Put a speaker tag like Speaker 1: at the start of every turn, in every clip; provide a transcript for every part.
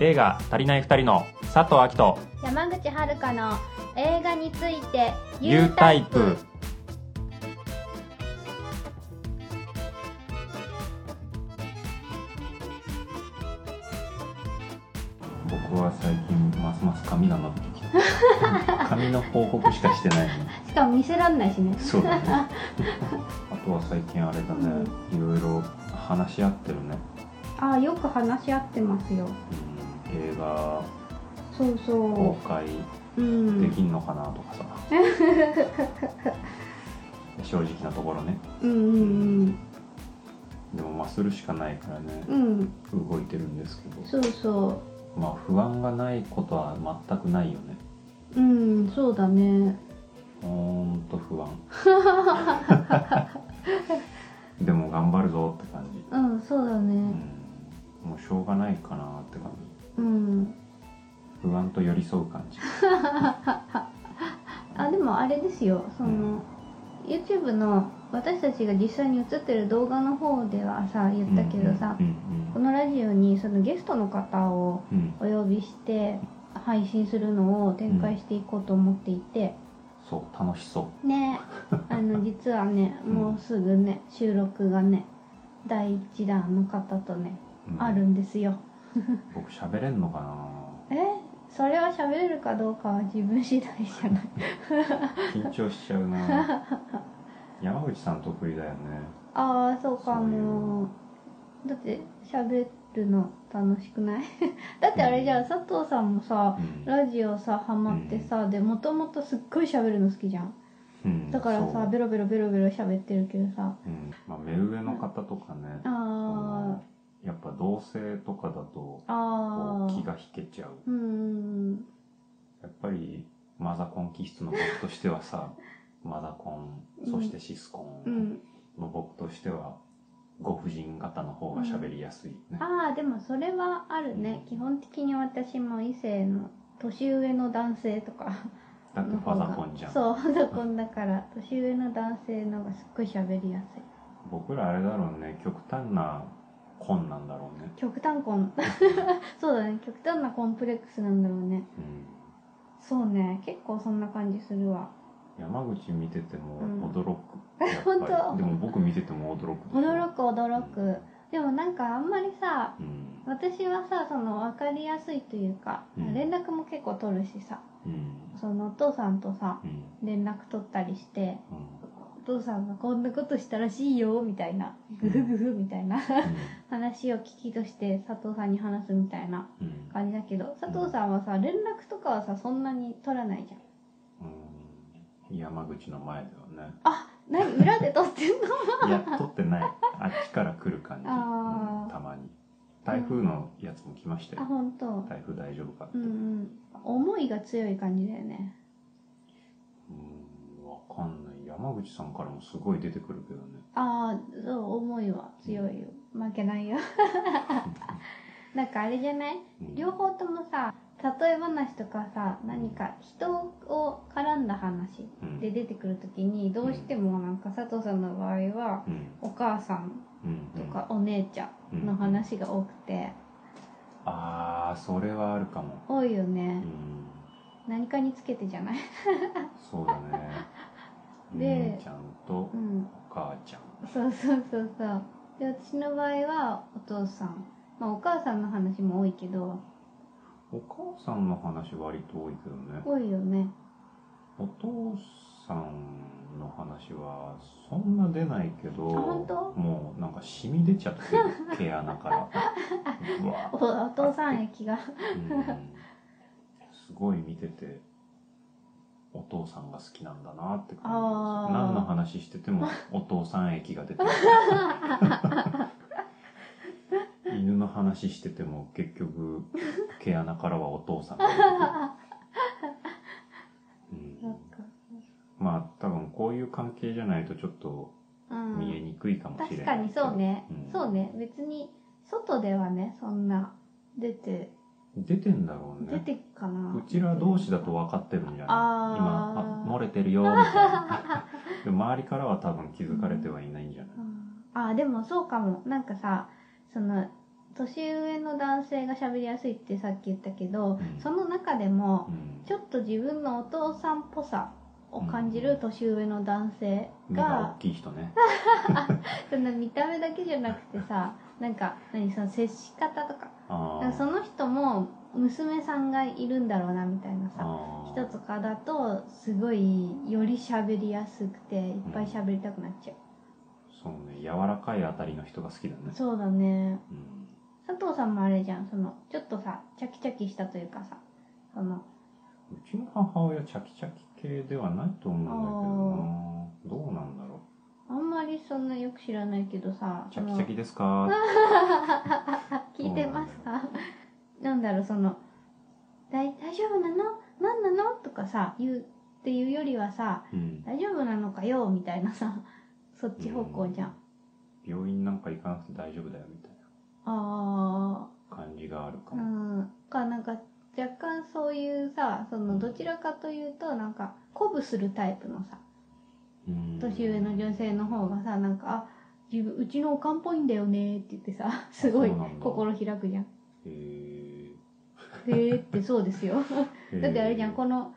Speaker 1: 映画「足りない2人」の佐藤明と
Speaker 2: 山口遥の映画について
Speaker 1: U タイプ僕は最近ますます髪が伸びてき た髪の報告しかしてないね
Speaker 2: しかも見せらんないしね
Speaker 1: そうだねあとは最近あれだね、いろいろ話し合ってるね、
Speaker 2: ああよく話し合ってますよ
Speaker 1: うん、映画
Speaker 2: そう
Speaker 1: 公
Speaker 2: そ
Speaker 1: 開
Speaker 2: うう
Speaker 1: で
Speaker 2: ん
Speaker 1: きんのかなと かさ、正直なところね
Speaker 2: うんうん
Speaker 1: でもまあするしかないからね
Speaker 2: うんうん
Speaker 1: 動いてるんですけど
Speaker 2: そうそ
Speaker 1: まあ不安がないことは全くないよね
Speaker 2: ううんそうだね
Speaker 1: ほんと不安 でも頑張るぞって感じ、
Speaker 2: うんそうだ
Speaker 1: う
Speaker 2: ね
Speaker 1: ん、もうしょうがないかなって感じ
Speaker 2: うん
Speaker 1: 不安と寄り添う感じ
Speaker 2: あでもあれですよその YouTube の私たちが実際に映ってる動画の方ではさ言ったけどさ
Speaker 1: うん
Speaker 2: このラジオにそのゲストの方を
Speaker 1: うんうん、
Speaker 2: お呼びして配信するのを展開していこうと思っていて、
Speaker 1: そう楽しそう
Speaker 2: ね あの実はね
Speaker 1: うん
Speaker 2: もうすぐね収録がね第1弾の方とね、
Speaker 1: うん
Speaker 2: あるんですよ
Speaker 1: 僕喋れんのか
Speaker 2: えそれは喋れるかどうかは自分次第じゃない
Speaker 1: な緊張しちゃう な山口さん得意だよね
Speaker 2: ああそうかもだって喋るの楽しくない だってあれじゃあ佐藤さんもさ
Speaker 1: うん
Speaker 2: ラジオさハマってさ、でもともとすっごい喋るの好きじゃん
Speaker 1: うん
Speaker 2: だから
Speaker 1: そ
Speaker 2: さ
Speaker 1: う
Speaker 2: ベロベロベロベロ喋ってるけどさ
Speaker 1: うんまあ、目上の方とかね、そ
Speaker 2: あ
Speaker 1: のやっぱ同性とかだと
Speaker 2: ーあ
Speaker 1: こう気
Speaker 2: ー
Speaker 1: が引けちゃう
Speaker 2: うーん
Speaker 1: やっぱりマザコン気質の僕としては さマザコンそしてシスコ
Speaker 2: う
Speaker 1: ン
Speaker 2: ん
Speaker 1: の僕としてはご婦人方の方が喋りやすいね、
Speaker 2: ああでもそれはあるね基本的に私も異性の年上の男性とか
Speaker 1: だって
Speaker 2: の
Speaker 1: フ
Speaker 2: 方
Speaker 1: ァザ
Speaker 2: が
Speaker 1: コンじゃん
Speaker 2: そうファザコンだから年上の男性の方がすっごい喋りやすい
Speaker 1: 僕らあれだろうね極端な婚なんだろうね、
Speaker 2: 極端婚 そうだね極端なコンプレックスなんだろうね
Speaker 1: うん、
Speaker 2: そうね結構そんな感じするわ
Speaker 1: 山口見てても驚く、やっ
Speaker 2: 本
Speaker 1: ぱ
Speaker 2: 当
Speaker 1: りでも僕見てても驚く
Speaker 2: 驚く驚
Speaker 1: うん
Speaker 2: くでもなんかあんまりさ
Speaker 1: うん
Speaker 2: 私はさその分かりやすいというか、
Speaker 1: うん
Speaker 2: 連絡も結構取るしさ
Speaker 1: うん
Speaker 2: そのお父さんとさ
Speaker 1: うん
Speaker 2: 連絡取ったりして
Speaker 1: う
Speaker 2: お父さんがこんなことしたらしいよみたいなグフグフみたいな
Speaker 1: ん
Speaker 2: 話を聞きとして佐藤さんに話すみたいな
Speaker 1: うんうん
Speaker 2: 感じだけど佐藤さんはさ連絡とかはさそんなに取らないじゃん
Speaker 1: うん山口の前だよ ね
Speaker 2: 何裏で取ってんの
Speaker 1: いや撮ってないあっちから来る感じ、
Speaker 2: あー
Speaker 1: うんたまに台風のやつも来ました
Speaker 2: あ
Speaker 1: よ、
Speaker 2: 本当
Speaker 1: 台風大丈夫かって、
Speaker 2: うんうん思いが強い感じだよね
Speaker 1: うんわかんない山口さんからもすごい出てくるけどね
Speaker 2: ああそう思いは強いよ負けないよ なんかあれじゃない
Speaker 1: うん
Speaker 2: 両方ともさ例え話とかさ何か人を絡んだ話
Speaker 1: うん
Speaker 2: で出てくる時にどうしてもなんか佐藤さんの場合は
Speaker 1: うん
Speaker 2: お母さん
Speaker 1: うん
Speaker 2: とかお姉ちゃんの話が多くて
Speaker 1: ああそれはあるかも
Speaker 2: 多いよ
Speaker 1: う
Speaker 2: ね
Speaker 1: ん
Speaker 2: 何かにつけてじゃ ない
Speaker 1: そうだね
Speaker 2: で
Speaker 1: 姉ちゃんと
Speaker 2: うん
Speaker 1: お母ちゃん
Speaker 2: そうそうそうそうで私の場合はお父さんまあお母さんの話も多いけど
Speaker 1: お母さんの話割と多いけどね
Speaker 2: 多いよね
Speaker 1: お父さんの話はそんな出ないけど
Speaker 2: あ本当
Speaker 1: もうなんか染み出ちゃってる毛穴 からうわ
Speaker 2: おお父さん駅が
Speaker 1: うんすごい見ててお父さんが好きなんだなって感じです
Speaker 2: あー
Speaker 1: 何の話して てもお父さん液が出てる犬の話してても結局毛穴からはお父さんが出てくる、
Speaker 2: そ
Speaker 1: う
Speaker 2: っ
Speaker 1: ん
Speaker 2: か
Speaker 1: まあ多分こういう関係じゃないとちょっと
Speaker 2: うん
Speaker 1: 見えにくいかもし
Speaker 2: 確
Speaker 1: れ
Speaker 2: か
Speaker 1: ない、
Speaker 2: にそうね、
Speaker 1: うん
Speaker 2: そうね別に外ではねそんな出て
Speaker 1: 出てんだろう
Speaker 2: 出
Speaker 1: ね
Speaker 2: てっかな、
Speaker 1: うちら同士だと分かってるんじゃない
Speaker 2: あー
Speaker 1: 今あ漏れてるよみたいなでも周りからは多分気づかれてはいないんじゃない
Speaker 2: あーでもそうかもなんかさその年上の男性が喋りやすいってさっき言ったけど、
Speaker 1: うん
Speaker 2: その中でも
Speaker 1: うん
Speaker 2: ちょっと自分のお父さんっぽさを感じる年上の男性
Speaker 1: 目が
Speaker 2: が、
Speaker 1: 大きい人ね
Speaker 2: そんな見た目だけじゃなくてさなんか何その接し方とか
Speaker 1: あ
Speaker 2: なんかその人も娘さんがいるんだろうなみたいなさ
Speaker 1: あ
Speaker 2: 人とかだとすごいより喋りやすくていっぱい喋りたくなっちゃう、
Speaker 1: そうね柔らかいあたりの人が好きだね
Speaker 2: そうだね
Speaker 1: うん
Speaker 2: 佐藤さんもあれじゃんそのちょっとさチャキチャキしたというかさその
Speaker 1: うちの母親チャキチャキ系ではないと思うんだけどなどうなんだろ
Speaker 2: あんまりそんなよく知らないけどさ
Speaker 1: うチャキチャキですか
Speaker 2: その聞いてますか なんだろうその大「大丈夫なの何なの?」とかさ言うっていうよりはさ
Speaker 1: うん
Speaker 2: 「大丈夫なのかよ」みたいなさそっち方向じゃん、
Speaker 1: う病院なんか行かなくて大丈夫だよみたい
Speaker 2: あ
Speaker 1: な感じがある
Speaker 2: あ
Speaker 1: か
Speaker 2: う
Speaker 1: も、
Speaker 2: んかなんか若干そういうさそのどちらかというとなんか鼓舞するタイプのさ
Speaker 1: うん
Speaker 2: 年上の女性の方がさなんか「あ自分うちのおかんっぽいんだよね」って言ってさすごい
Speaker 1: そうなんだ
Speaker 2: 心開くじゃん。
Speaker 1: へ
Speaker 2: へえってそうで すよ。
Speaker 1: ー
Speaker 2: だってあれじゃん
Speaker 1: へー
Speaker 2: この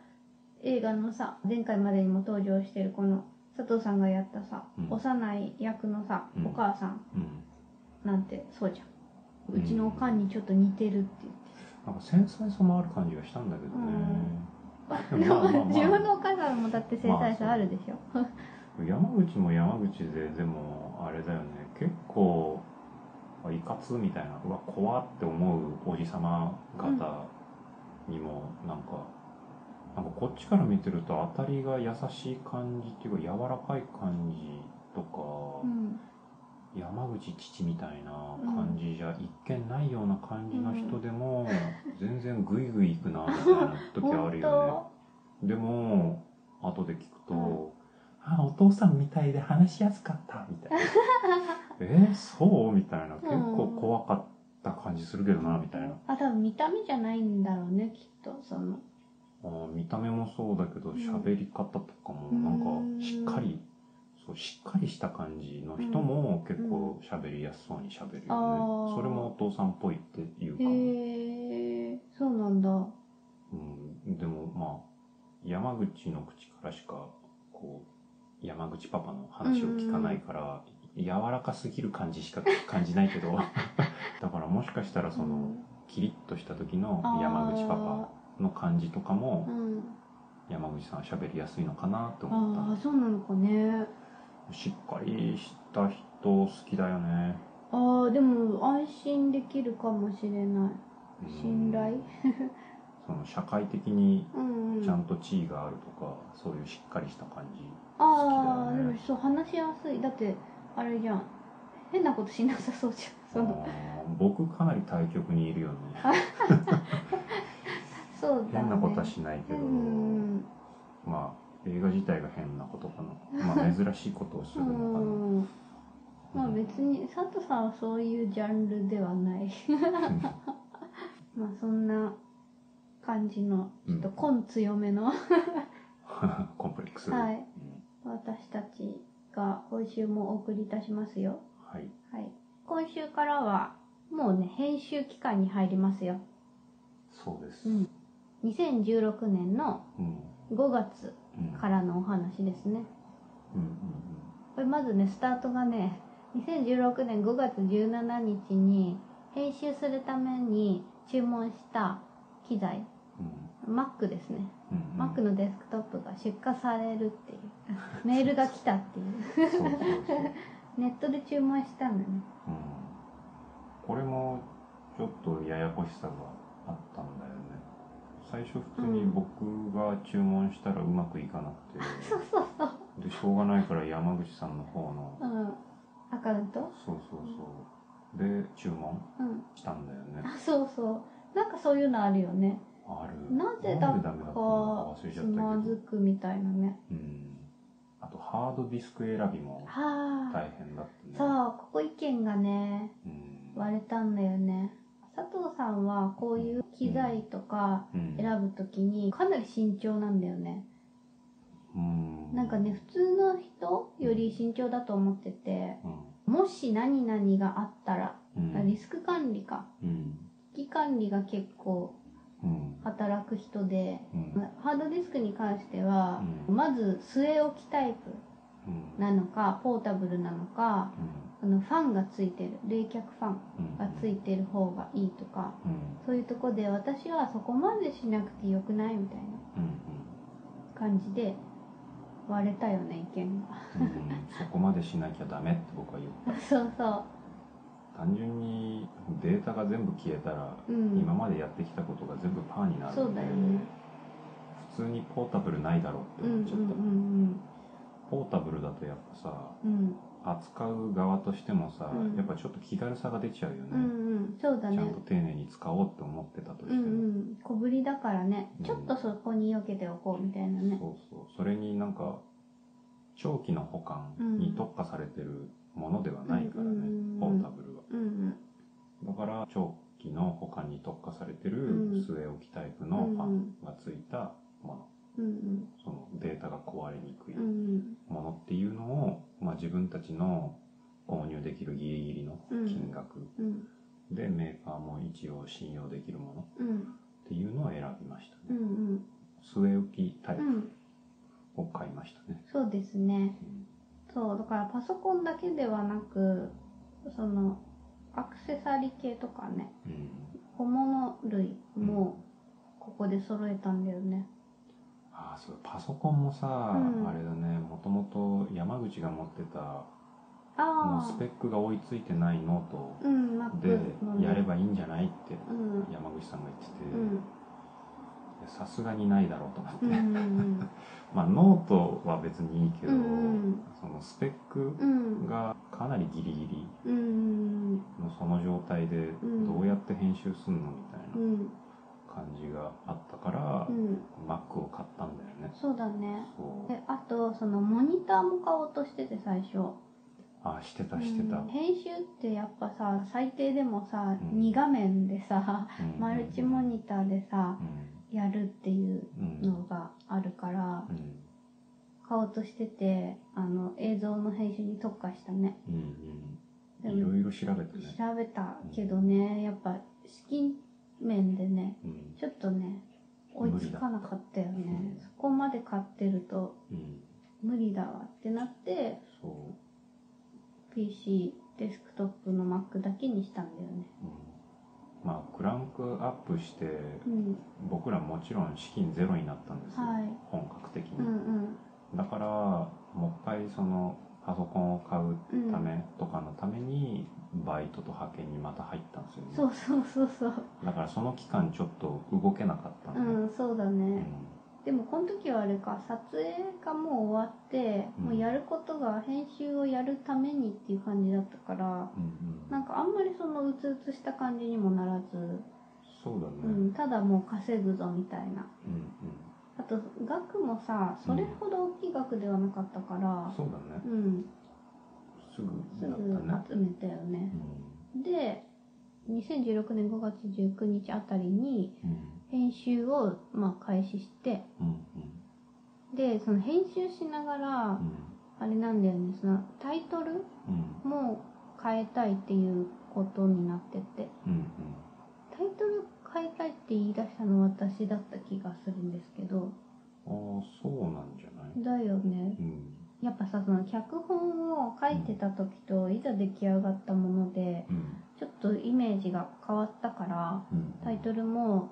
Speaker 2: 映画のさ前回までにも登場してるこの佐藤さんがやったさ、
Speaker 1: うん
Speaker 2: 幼い役のさ、
Speaker 1: うん
Speaker 2: お母さん
Speaker 1: うん
Speaker 2: なんてそうじゃん、
Speaker 1: う
Speaker 2: うんちのおかんにちょっと似てるって
Speaker 1: なんか繊細さもある感じがしたんだけど
Speaker 2: 言って
Speaker 1: ね、
Speaker 2: で
Speaker 1: まあまあまあ
Speaker 2: も 自分のお母さんもだって繊細さあるでしょ、
Speaker 1: 山口も山口ででもあれだよね結構いかつみたいなうわ怖って思うおじさま方にもなんか、なんかこっちから見てると当たりが優しい感じっていうか柔らかい感じとか、
Speaker 2: うん
Speaker 1: 山口父みたいな感じじゃ一見ないような感じの人でも、全然グイグイいくなみたいな時あるよね
Speaker 2: 本。
Speaker 1: でも後で聞くと、
Speaker 2: うん
Speaker 1: あお父さんみたいで話しやすかったみ たいなえそうみたいな結構怖かった感じするけどなみたいな、
Speaker 2: 当あ多分見た目じゃないんだろうねきっとその
Speaker 1: あー見た目もそうだけど
Speaker 2: うん
Speaker 1: 喋り方とかも
Speaker 2: うん
Speaker 1: なんかしっかりそうしっかりした感じの人も結構喋りやすそうに喋るよね、
Speaker 2: あー
Speaker 1: それもお父さんっぽいっていうか
Speaker 2: へ
Speaker 1: も、
Speaker 2: えそうなんだ
Speaker 1: うん、でもまあ山口の口からしかこう山口パパの話を聞かないから、柔らかすぎる感じしか感じないけど だからもしかしたらその、
Speaker 2: うん
Speaker 1: キリッとした時の山口パパの感じとか
Speaker 2: あー
Speaker 1: も
Speaker 2: うん
Speaker 1: 山口さん喋りやすいのかなって思
Speaker 2: あ
Speaker 1: っ
Speaker 2: あそうなのかね
Speaker 1: たしっかりした人好きだよね、
Speaker 2: ああでも安心できるかもしれない
Speaker 1: うん
Speaker 2: 信頼
Speaker 1: その社会的に
Speaker 2: うんうん
Speaker 1: ちゃんと地位があるとか、そういうしっかりした感じ
Speaker 2: ああ
Speaker 1: 好きだ
Speaker 2: で
Speaker 1: よね
Speaker 2: もそう話しやすいだってあれじゃん変なことしなさそうじゃんその
Speaker 1: あー僕かなり対極にいるよね
Speaker 2: そうだね
Speaker 1: 変なことはしないけ
Speaker 2: う
Speaker 1: ど、
Speaker 2: ん
Speaker 1: まあ映画自体が変なことかな、まあ、珍しいことをす
Speaker 2: う
Speaker 1: るのかな、
Speaker 2: んまあ別に佐藤さんはそういうジャンルではないまあそんな感じのちょっと根強めの
Speaker 1: コンプレックス
Speaker 2: はい
Speaker 1: うん
Speaker 2: 私たちが今週もお送りいたしますよ
Speaker 1: はい
Speaker 2: はい、今週からはもうね編集期間に入りますよ
Speaker 1: そうです、
Speaker 2: うん2016年の
Speaker 1: うん
Speaker 2: 5月
Speaker 1: うん
Speaker 2: からのお話ですね
Speaker 1: うんうん
Speaker 2: これまずねスタートがね2016年5月17日に編集するために注文した機材
Speaker 1: うん
Speaker 2: Mac ですね、
Speaker 1: うんうんうん
Speaker 2: Mac のデスクトップが出荷される っていうメールが来たっていう
Speaker 1: そうそうそう、うん、
Speaker 2: ネットで注文したんだね
Speaker 1: これもちょっとややこしさがあったんだよね最初普通に僕が注文したらうまくいかなくて、
Speaker 2: そうそうそう
Speaker 1: でしょうがないから山口さんの方の
Speaker 2: うんアカウント
Speaker 1: そうそうそうで注文
Speaker 2: うん
Speaker 1: したんだよね
Speaker 2: あそうそうなんかそういうのあるよね
Speaker 1: ある
Speaker 2: なぜだ
Speaker 1: んで
Speaker 2: か
Speaker 1: ダメだったのか忘れちゃ
Speaker 2: つ
Speaker 1: ったけ
Speaker 2: まず
Speaker 1: ど
Speaker 2: くみたいなね
Speaker 1: うんあとハードディスク選びも
Speaker 2: はあ、
Speaker 1: 大変だったね
Speaker 2: そうここ意見がね
Speaker 1: うん
Speaker 2: 割れたんだよね佐藤さんはこういう機材とか
Speaker 1: うん
Speaker 2: 選ぶときにかなり慎重なんだよね
Speaker 1: うん
Speaker 2: なんかね普通の人より慎重だと思ってて
Speaker 1: うん
Speaker 2: もし何々があったら
Speaker 1: うん
Speaker 2: あリスク管理か
Speaker 1: うん
Speaker 2: 危機管理が結構
Speaker 1: うん
Speaker 2: 働く人で、
Speaker 1: うん
Speaker 2: ハードディスクに関しては、
Speaker 1: うん
Speaker 2: まず据え置きタイプ
Speaker 1: うん
Speaker 2: なのかポータブルなのか
Speaker 1: うん
Speaker 2: あのファンがついてる冷却ファン
Speaker 1: うん
Speaker 2: がついてる方がいいとか
Speaker 1: うん
Speaker 2: そういうとこで私はそこまでしなくてよくないみたいな
Speaker 1: うん
Speaker 2: 感じで割れたよね意見が
Speaker 1: う んうんそこまでしなきゃダメって僕は言う
Speaker 2: そうそ
Speaker 1: 単純にデータが全部消えたら、
Speaker 2: ううん
Speaker 1: 今までやってきたことが全部パーになる
Speaker 2: そ
Speaker 1: ん
Speaker 2: う
Speaker 1: で
Speaker 2: だよね
Speaker 1: 普通にポータブルないだろうっ
Speaker 2: う
Speaker 1: て
Speaker 2: んう
Speaker 1: 思
Speaker 2: ん
Speaker 1: っちゃった、
Speaker 2: うん
Speaker 1: ポータブルだとやっぱさ
Speaker 2: うんうん
Speaker 1: 扱う側としてもさ、
Speaker 2: うん
Speaker 1: やっぱちょっと気軽さが出ちゃうよね、
Speaker 2: うんうんそうだ
Speaker 1: ちゃ
Speaker 2: ね
Speaker 1: んと丁寧に使おうって思ってたとして
Speaker 2: う
Speaker 1: も、
Speaker 2: んうん小ぶりだからね
Speaker 1: うん
Speaker 2: ちょっとそこに避けておこうみたいなね
Speaker 1: そうそうそれになんか長期の保管に特化されてるものではないからね、
Speaker 2: うん
Speaker 1: ポータブルは
Speaker 2: うん
Speaker 1: だから長期の保管に特化されてる
Speaker 2: うん
Speaker 1: 据え置きタイプのファンがついたもの、
Speaker 2: うんうん
Speaker 1: そのデータが壊れにくい
Speaker 2: うんうん
Speaker 1: ものっていうのを、まあ、自分たちの購入できるギリギリの金額
Speaker 2: うん
Speaker 1: でメーカーも一応信用できるもの
Speaker 2: うん
Speaker 1: っていうのを選びました
Speaker 2: う
Speaker 1: ね
Speaker 2: ん
Speaker 1: 据え置きタイ
Speaker 2: うんうん
Speaker 1: プを買いましたね、
Speaker 2: そうですね
Speaker 1: うん
Speaker 2: そうだからパソコンだけではなくそのアクセサリー系とかね
Speaker 1: うん
Speaker 2: 小物類もここで揃えたんだよね
Speaker 1: ああそうパソコンもさ、
Speaker 2: ん
Speaker 1: あれだねもともと山口が持ってたもう
Speaker 2: あ
Speaker 1: ス
Speaker 2: あ
Speaker 1: ペックが追いついてないノート
Speaker 2: うんマッ
Speaker 1: で
Speaker 2: クのね
Speaker 1: やればいいんじゃないって
Speaker 2: うん
Speaker 1: 山口さんが言ってて
Speaker 2: うん
Speaker 1: いやさすがにないだろうと思って、
Speaker 2: うんうん
Speaker 1: まあノートは別にいいけど、
Speaker 2: うんうん
Speaker 1: そのスペック
Speaker 2: うん
Speaker 1: がかなりギリギリ
Speaker 2: うん
Speaker 1: のその状態で
Speaker 2: ん
Speaker 1: どうやって編集すんのみたい
Speaker 2: うんうん
Speaker 1: な感じがあったから、
Speaker 2: うん、
Speaker 1: Mac を買ったんだよね
Speaker 2: そうだね
Speaker 1: そう
Speaker 2: であとそのモニターも買おうとしてて最初
Speaker 1: あしてたしてた、
Speaker 2: うん編集ってやっぱさ最低でもさ、
Speaker 1: うん
Speaker 2: 2画面でさ
Speaker 1: うん
Speaker 2: マルチモニターでさ
Speaker 1: うん
Speaker 2: やるっていう
Speaker 1: うん
Speaker 2: のがあるから
Speaker 1: うん
Speaker 2: 買おうとしててあの映像の編集に特化したね
Speaker 1: うんう
Speaker 2: で
Speaker 1: んいろ
Speaker 2: も
Speaker 1: いろ調べてね、
Speaker 2: 調べたけどねやっぱ資金面でね
Speaker 1: うん
Speaker 2: ちょっとね追いつかなかったよ
Speaker 1: 無理
Speaker 2: ね
Speaker 1: だ
Speaker 2: そこまで買ってると
Speaker 1: うん、
Speaker 2: 無理だわってなって
Speaker 1: そう
Speaker 2: PC デスクトップの Mac だけにしたんだよね
Speaker 1: うんまあクランクアップして
Speaker 2: うん
Speaker 1: 僕らもちろん資金ゼロになったんですよ、
Speaker 2: はい
Speaker 1: 本格的に、
Speaker 2: うん
Speaker 1: だからもう一回そのパソコンを買う
Speaker 2: うんう
Speaker 1: た
Speaker 2: ん
Speaker 1: めとかのためにバイトと派遣にまた入ったんですよね、
Speaker 2: そうそうそうそう
Speaker 1: だからその期間ちょっと動けなかった
Speaker 2: う
Speaker 1: のね
Speaker 2: んそうだ
Speaker 1: う
Speaker 2: ね
Speaker 1: ん
Speaker 2: でもこの時はあれか撮影がもう終わって、
Speaker 1: うん
Speaker 2: もうやることが編集をやるためにっていう感じだったから
Speaker 1: うんう
Speaker 2: なんんかあんまりそのうつうつした感じにもならず、
Speaker 1: そうだね
Speaker 2: う、ん、ただもう稼ぐぞみたいな
Speaker 1: うん
Speaker 2: あと額もさそれほど大きい額ではなかったか
Speaker 1: うん
Speaker 2: ら
Speaker 1: そうだね
Speaker 2: うん、
Speaker 1: すぐ
Speaker 2: す
Speaker 1: だ
Speaker 2: ぐ
Speaker 1: ったね
Speaker 2: 集めたよね
Speaker 1: う、
Speaker 2: で2016年5月19日あたりに
Speaker 1: ん
Speaker 2: 編集をまあ開始して
Speaker 1: うんうん
Speaker 2: でその編集しながら
Speaker 1: うん
Speaker 2: あれなんだよねそのタイトル
Speaker 1: うん
Speaker 2: も変えたいっていうことになってて
Speaker 1: うんうん
Speaker 2: タイトル変えたいって言い出したの私だった気がするんですけど
Speaker 1: うんああそうなんじゃない
Speaker 2: だよね
Speaker 1: うん
Speaker 2: やっぱさその脚本を書いてた時といざ出来上がったもので
Speaker 1: うん
Speaker 2: ちょっとイメージが変わったから
Speaker 1: うん
Speaker 2: タイトルも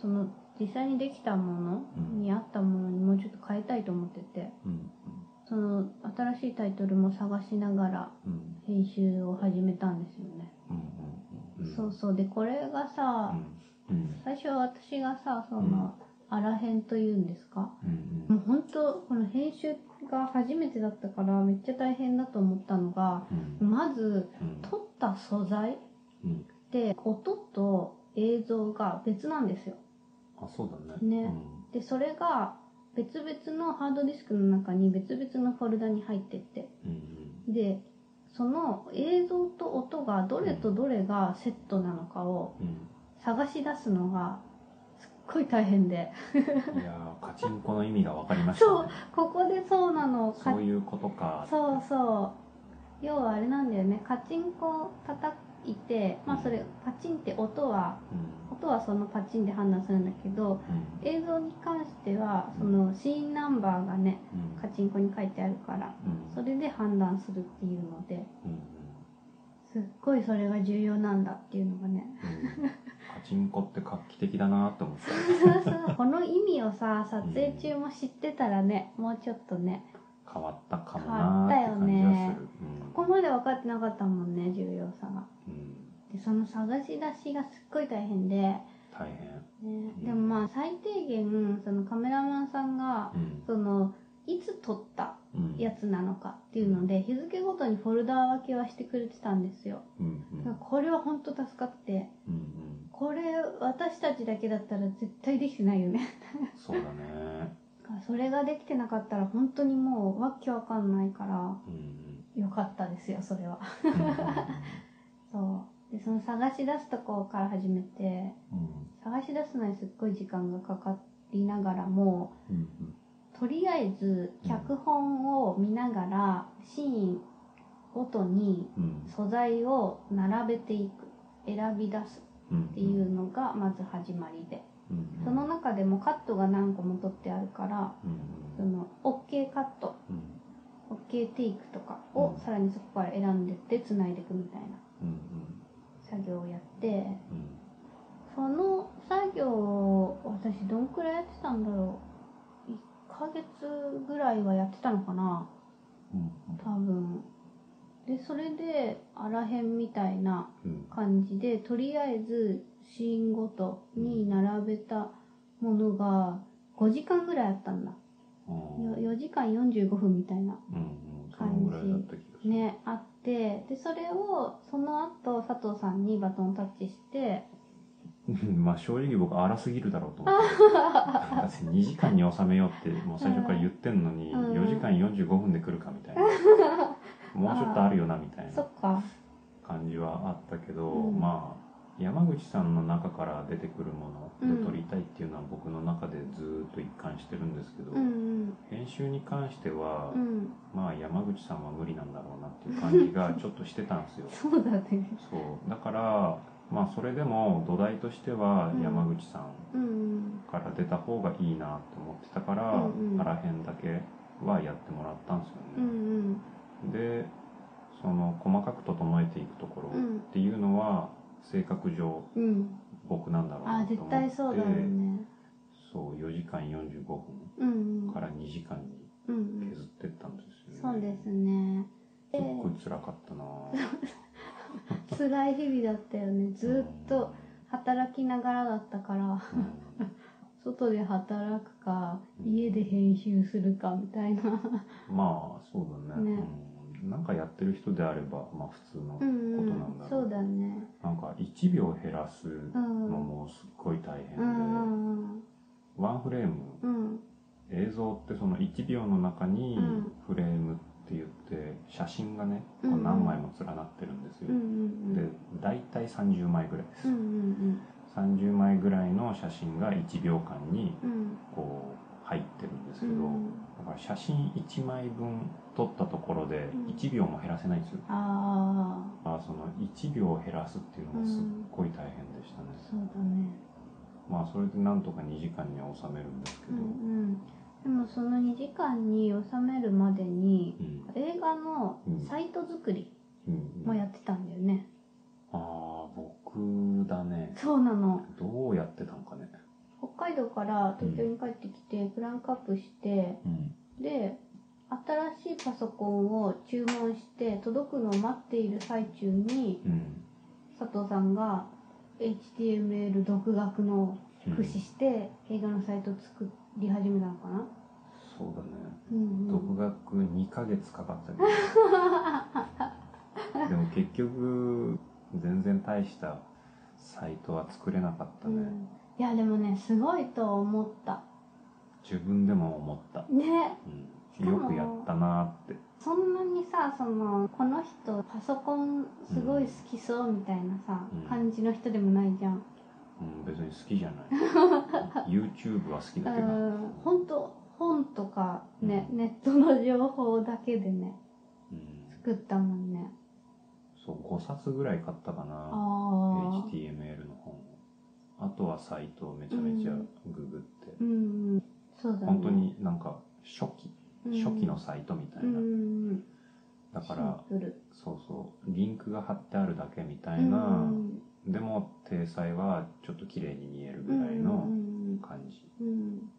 Speaker 2: その実際にできたものに合ったものにもうちょっと変えたいと思ってて
Speaker 1: うん
Speaker 2: その新しいタイトルも探しながら
Speaker 1: うんうん
Speaker 2: 編集を始めたんですよね、
Speaker 1: うんうん
Speaker 2: そうそうでこれがさ、
Speaker 1: うんうん
Speaker 2: 最初は私がさその、あらへんというんですか
Speaker 1: うんう
Speaker 2: も
Speaker 1: ん
Speaker 2: う本当この編集が初めてだったからめっちゃ大変だと思ったのが
Speaker 1: うん
Speaker 2: まず
Speaker 1: うん
Speaker 2: 撮った素材っ
Speaker 1: うん
Speaker 2: て音と映像が別なんですよ
Speaker 1: あそうだね
Speaker 2: ね
Speaker 1: うん
Speaker 2: でそれが別々のハードディスクの中に別々のフォルダに入ってって
Speaker 1: うん
Speaker 2: でその映像と音がどれとどれがセットなのかを
Speaker 1: うん
Speaker 2: 探し出すのがすっごい大変で
Speaker 1: うんいやーカチンコの意味が分かりました
Speaker 2: そ
Speaker 1: ね
Speaker 2: うここでそうなのをか
Speaker 1: そういうことか
Speaker 2: そうそう要はあれなんだよねカチンコ叩いて、まあそれパチンって音は
Speaker 1: うん
Speaker 2: 音はそのパチンで判断するんだけど
Speaker 1: うん
Speaker 2: 映像に関してはそのシーンナンバーがね
Speaker 1: うん
Speaker 2: カチンコに書いてあるから
Speaker 1: うん
Speaker 2: それで判断するっていうので
Speaker 1: うんうん
Speaker 2: すっごいそれが重要なんだっていうのがね
Speaker 1: うんパチンコって画期的だなって思った
Speaker 2: この意味をさ撮影中も知ってたらねもうちょっとね
Speaker 1: 変わったかもなーって感じ
Speaker 2: 変わ
Speaker 1: が
Speaker 2: った
Speaker 1: するうん
Speaker 2: ここまで分かってなかったもんね重要さが。
Speaker 1: うん
Speaker 2: でその探し出しがすっごい大変で、ね、
Speaker 1: 大変
Speaker 2: でもまあ最低限そのカメラマンさんが
Speaker 1: うん
Speaker 2: そのいつ撮った
Speaker 1: うん
Speaker 2: やつなのかっていうので日付ごとにフォルダー分けはしてくれてたんですよ
Speaker 1: うんう
Speaker 2: だ
Speaker 1: ん
Speaker 2: からこれは本当助かって
Speaker 1: うんうん
Speaker 2: これ私たちだけだったら絶対できてないよね
Speaker 1: そうだね
Speaker 2: だからそれができてなかったら本当にもうわけわかんないから
Speaker 1: うんうん
Speaker 2: よかったですよそれは
Speaker 1: うんうん
Speaker 2: そうでその探し出すとこから始めて
Speaker 1: うん
Speaker 2: 探し出すのにすっごい時間がかかりながらも
Speaker 1: うん
Speaker 2: とりあえず脚本を見ながらシーンごとに
Speaker 1: うん
Speaker 2: 素材を並べていく選び出す
Speaker 1: うん
Speaker 2: っていうのがまず始まりで
Speaker 1: うん
Speaker 2: その中でもカットが何個も取ってあるから
Speaker 1: うん
Speaker 2: その OK カット
Speaker 1: うん
Speaker 2: OK テイクとか
Speaker 1: う
Speaker 2: を
Speaker 1: ん
Speaker 2: さらにそこから選んでって繋いでいくみたいな
Speaker 1: うん
Speaker 2: 作業をやって
Speaker 1: うんうん
Speaker 2: その作業を私どんくらいやってたんだろう1ヶ月ぐらいはやってたのかな
Speaker 1: うん
Speaker 2: 多分でそれであらへんみたいな
Speaker 1: うん
Speaker 2: 感じでとりあえずシーンごとに並べたものが5時間ぐらいあったんだよ
Speaker 1: うん
Speaker 2: 4時間45分みたいな
Speaker 1: うんうんそのぐらいだった気がする
Speaker 2: ねあってでそれをその後佐藤さんにバトンタッチして
Speaker 1: うんまあ正直僕荒すぎるだろうと思ってだって2時間に収めようってもう最初から言ってんのに
Speaker 2: うん
Speaker 1: 4時間45分で来るかみたいなもうちょっとあるよなみたい
Speaker 2: そ
Speaker 1: な
Speaker 2: っか
Speaker 1: 感じはあったけど、
Speaker 2: うん
Speaker 1: まあ山口さんの中から出てくるもの
Speaker 2: うん
Speaker 1: を撮りたいっていうのは僕の中でずーっと一貫してるんですけど、
Speaker 2: うん
Speaker 1: 編集に関しては、
Speaker 2: うんうん
Speaker 1: まあ山口さんは無理なんだろうなっていう感じがちょっとしてたんですよ
Speaker 2: そうだね
Speaker 1: そうだからまあそれでも土台としては
Speaker 2: うん
Speaker 1: 山口さん
Speaker 2: うん
Speaker 1: から出た方がいいなと思ってたから、
Speaker 2: うんうん
Speaker 1: あらへんだけはやってもらったんですよ
Speaker 2: うん
Speaker 1: ね、
Speaker 2: うん
Speaker 1: でその細かく整えていくところ
Speaker 2: うん
Speaker 1: っていうのは性格上
Speaker 2: うん
Speaker 1: 僕なんだろう
Speaker 2: あ
Speaker 1: な
Speaker 2: ー
Speaker 1: と思
Speaker 2: 絶
Speaker 1: って
Speaker 2: 対そうだろうね
Speaker 1: そう4時間45
Speaker 2: うんうん
Speaker 1: 分から2時間に
Speaker 2: うんうん
Speaker 1: 削ってったんですよ
Speaker 2: そう
Speaker 1: ね、
Speaker 2: ですね。
Speaker 1: す
Speaker 2: で
Speaker 1: っごい辛かったな
Speaker 2: 辛い日々だったよね。 ずっと、働きながらだったから、
Speaker 1: うん
Speaker 2: 外で働くか、
Speaker 1: うん
Speaker 2: 家で編集するかみたいな。
Speaker 1: まあそうだね
Speaker 2: ね
Speaker 1: うん、なんかやってる人であればまあ普通の、
Speaker 2: うん う
Speaker 1: こと
Speaker 2: ん
Speaker 1: なんだろう
Speaker 2: そうだね。
Speaker 1: なんか1秒減らす
Speaker 2: う
Speaker 1: の
Speaker 2: ん。うん
Speaker 1: もすっごい大変で、
Speaker 2: うん
Speaker 1: ワンフレーム
Speaker 2: うん。うん。
Speaker 1: 映像ってその1秒の中に
Speaker 2: うん
Speaker 1: フレームって言って写真がねこう
Speaker 2: うんうん
Speaker 1: 何枚も連なってるんですよ、
Speaker 2: うんうんうん。
Speaker 1: で大体30枚ぐらいです、
Speaker 2: うんうん
Speaker 1: 30枚ぐらいの写真が1秒間に
Speaker 2: うん。うん。
Speaker 1: こう入ってるんですけど、
Speaker 2: うん
Speaker 1: だから写真1枚分撮ったところで
Speaker 2: うん
Speaker 1: 1秒も減らせないんですよ、
Speaker 2: ああ、
Speaker 1: まあその1秒減らすっていうのがすっごい大変でしたね、
Speaker 2: そうだね。
Speaker 1: まあそれでなんとか2時間には収めるんですけ
Speaker 2: う
Speaker 1: ど、
Speaker 2: んうん。でもその2時間に収めるまでに、
Speaker 1: うん
Speaker 2: 映画のサイト作り
Speaker 1: うん
Speaker 2: もやってたんだよね。
Speaker 1: ああ僕だね
Speaker 2: そうなの
Speaker 1: どうやってたんかね
Speaker 2: 北海道から東京に帰ってきてクランクアップして
Speaker 1: うん
Speaker 2: で新しいパソコンを注文して届くのを待っている最中に
Speaker 1: うん
Speaker 2: 佐藤さんが HTML 独学の
Speaker 1: うん
Speaker 2: 駆使して映画のサイト作り始めたのかな、
Speaker 1: そうだね
Speaker 2: うんうん、
Speaker 1: 独学2ヶ月かかったけどでも結局全然大したサイトは作れなかったね、
Speaker 2: うんいやでもねすごいと思った
Speaker 1: 自分でも思った、
Speaker 2: ねし
Speaker 1: うん、
Speaker 2: か
Speaker 1: よ
Speaker 2: も
Speaker 1: くやったなーって
Speaker 2: そんなにさそのこの人パソコンすごい好きそうみたいなさ、
Speaker 1: うん
Speaker 2: 感じの人でもないじゃん
Speaker 1: うん、別に好きじゃない YouTube は好きだけど
Speaker 2: うん本当本とかね、ネットの情報だけでね
Speaker 1: うん
Speaker 2: 作ったもんね
Speaker 1: そう5冊ぐらい買ったか
Speaker 2: あ
Speaker 1: な
Speaker 2: あ
Speaker 1: HTML の本をあとはサイトをめちゃめちゃググって、
Speaker 2: うんうんそうだね
Speaker 1: 本当になんか初期、
Speaker 2: うん
Speaker 1: 初期のサイトみたい
Speaker 2: うん
Speaker 1: な、
Speaker 2: うん
Speaker 1: だから
Speaker 2: シンプル
Speaker 1: そうそうリンクが貼ってあるだけみた
Speaker 2: う
Speaker 1: い
Speaker 2: ん
Speaker 1: な、でも体裁はちょっと綺麗に見えるぐらい
Speaker 2: うんう
Speaker 1: の
Speaker 2: ん
Speaker 1: 感じ
Speaker 2: うん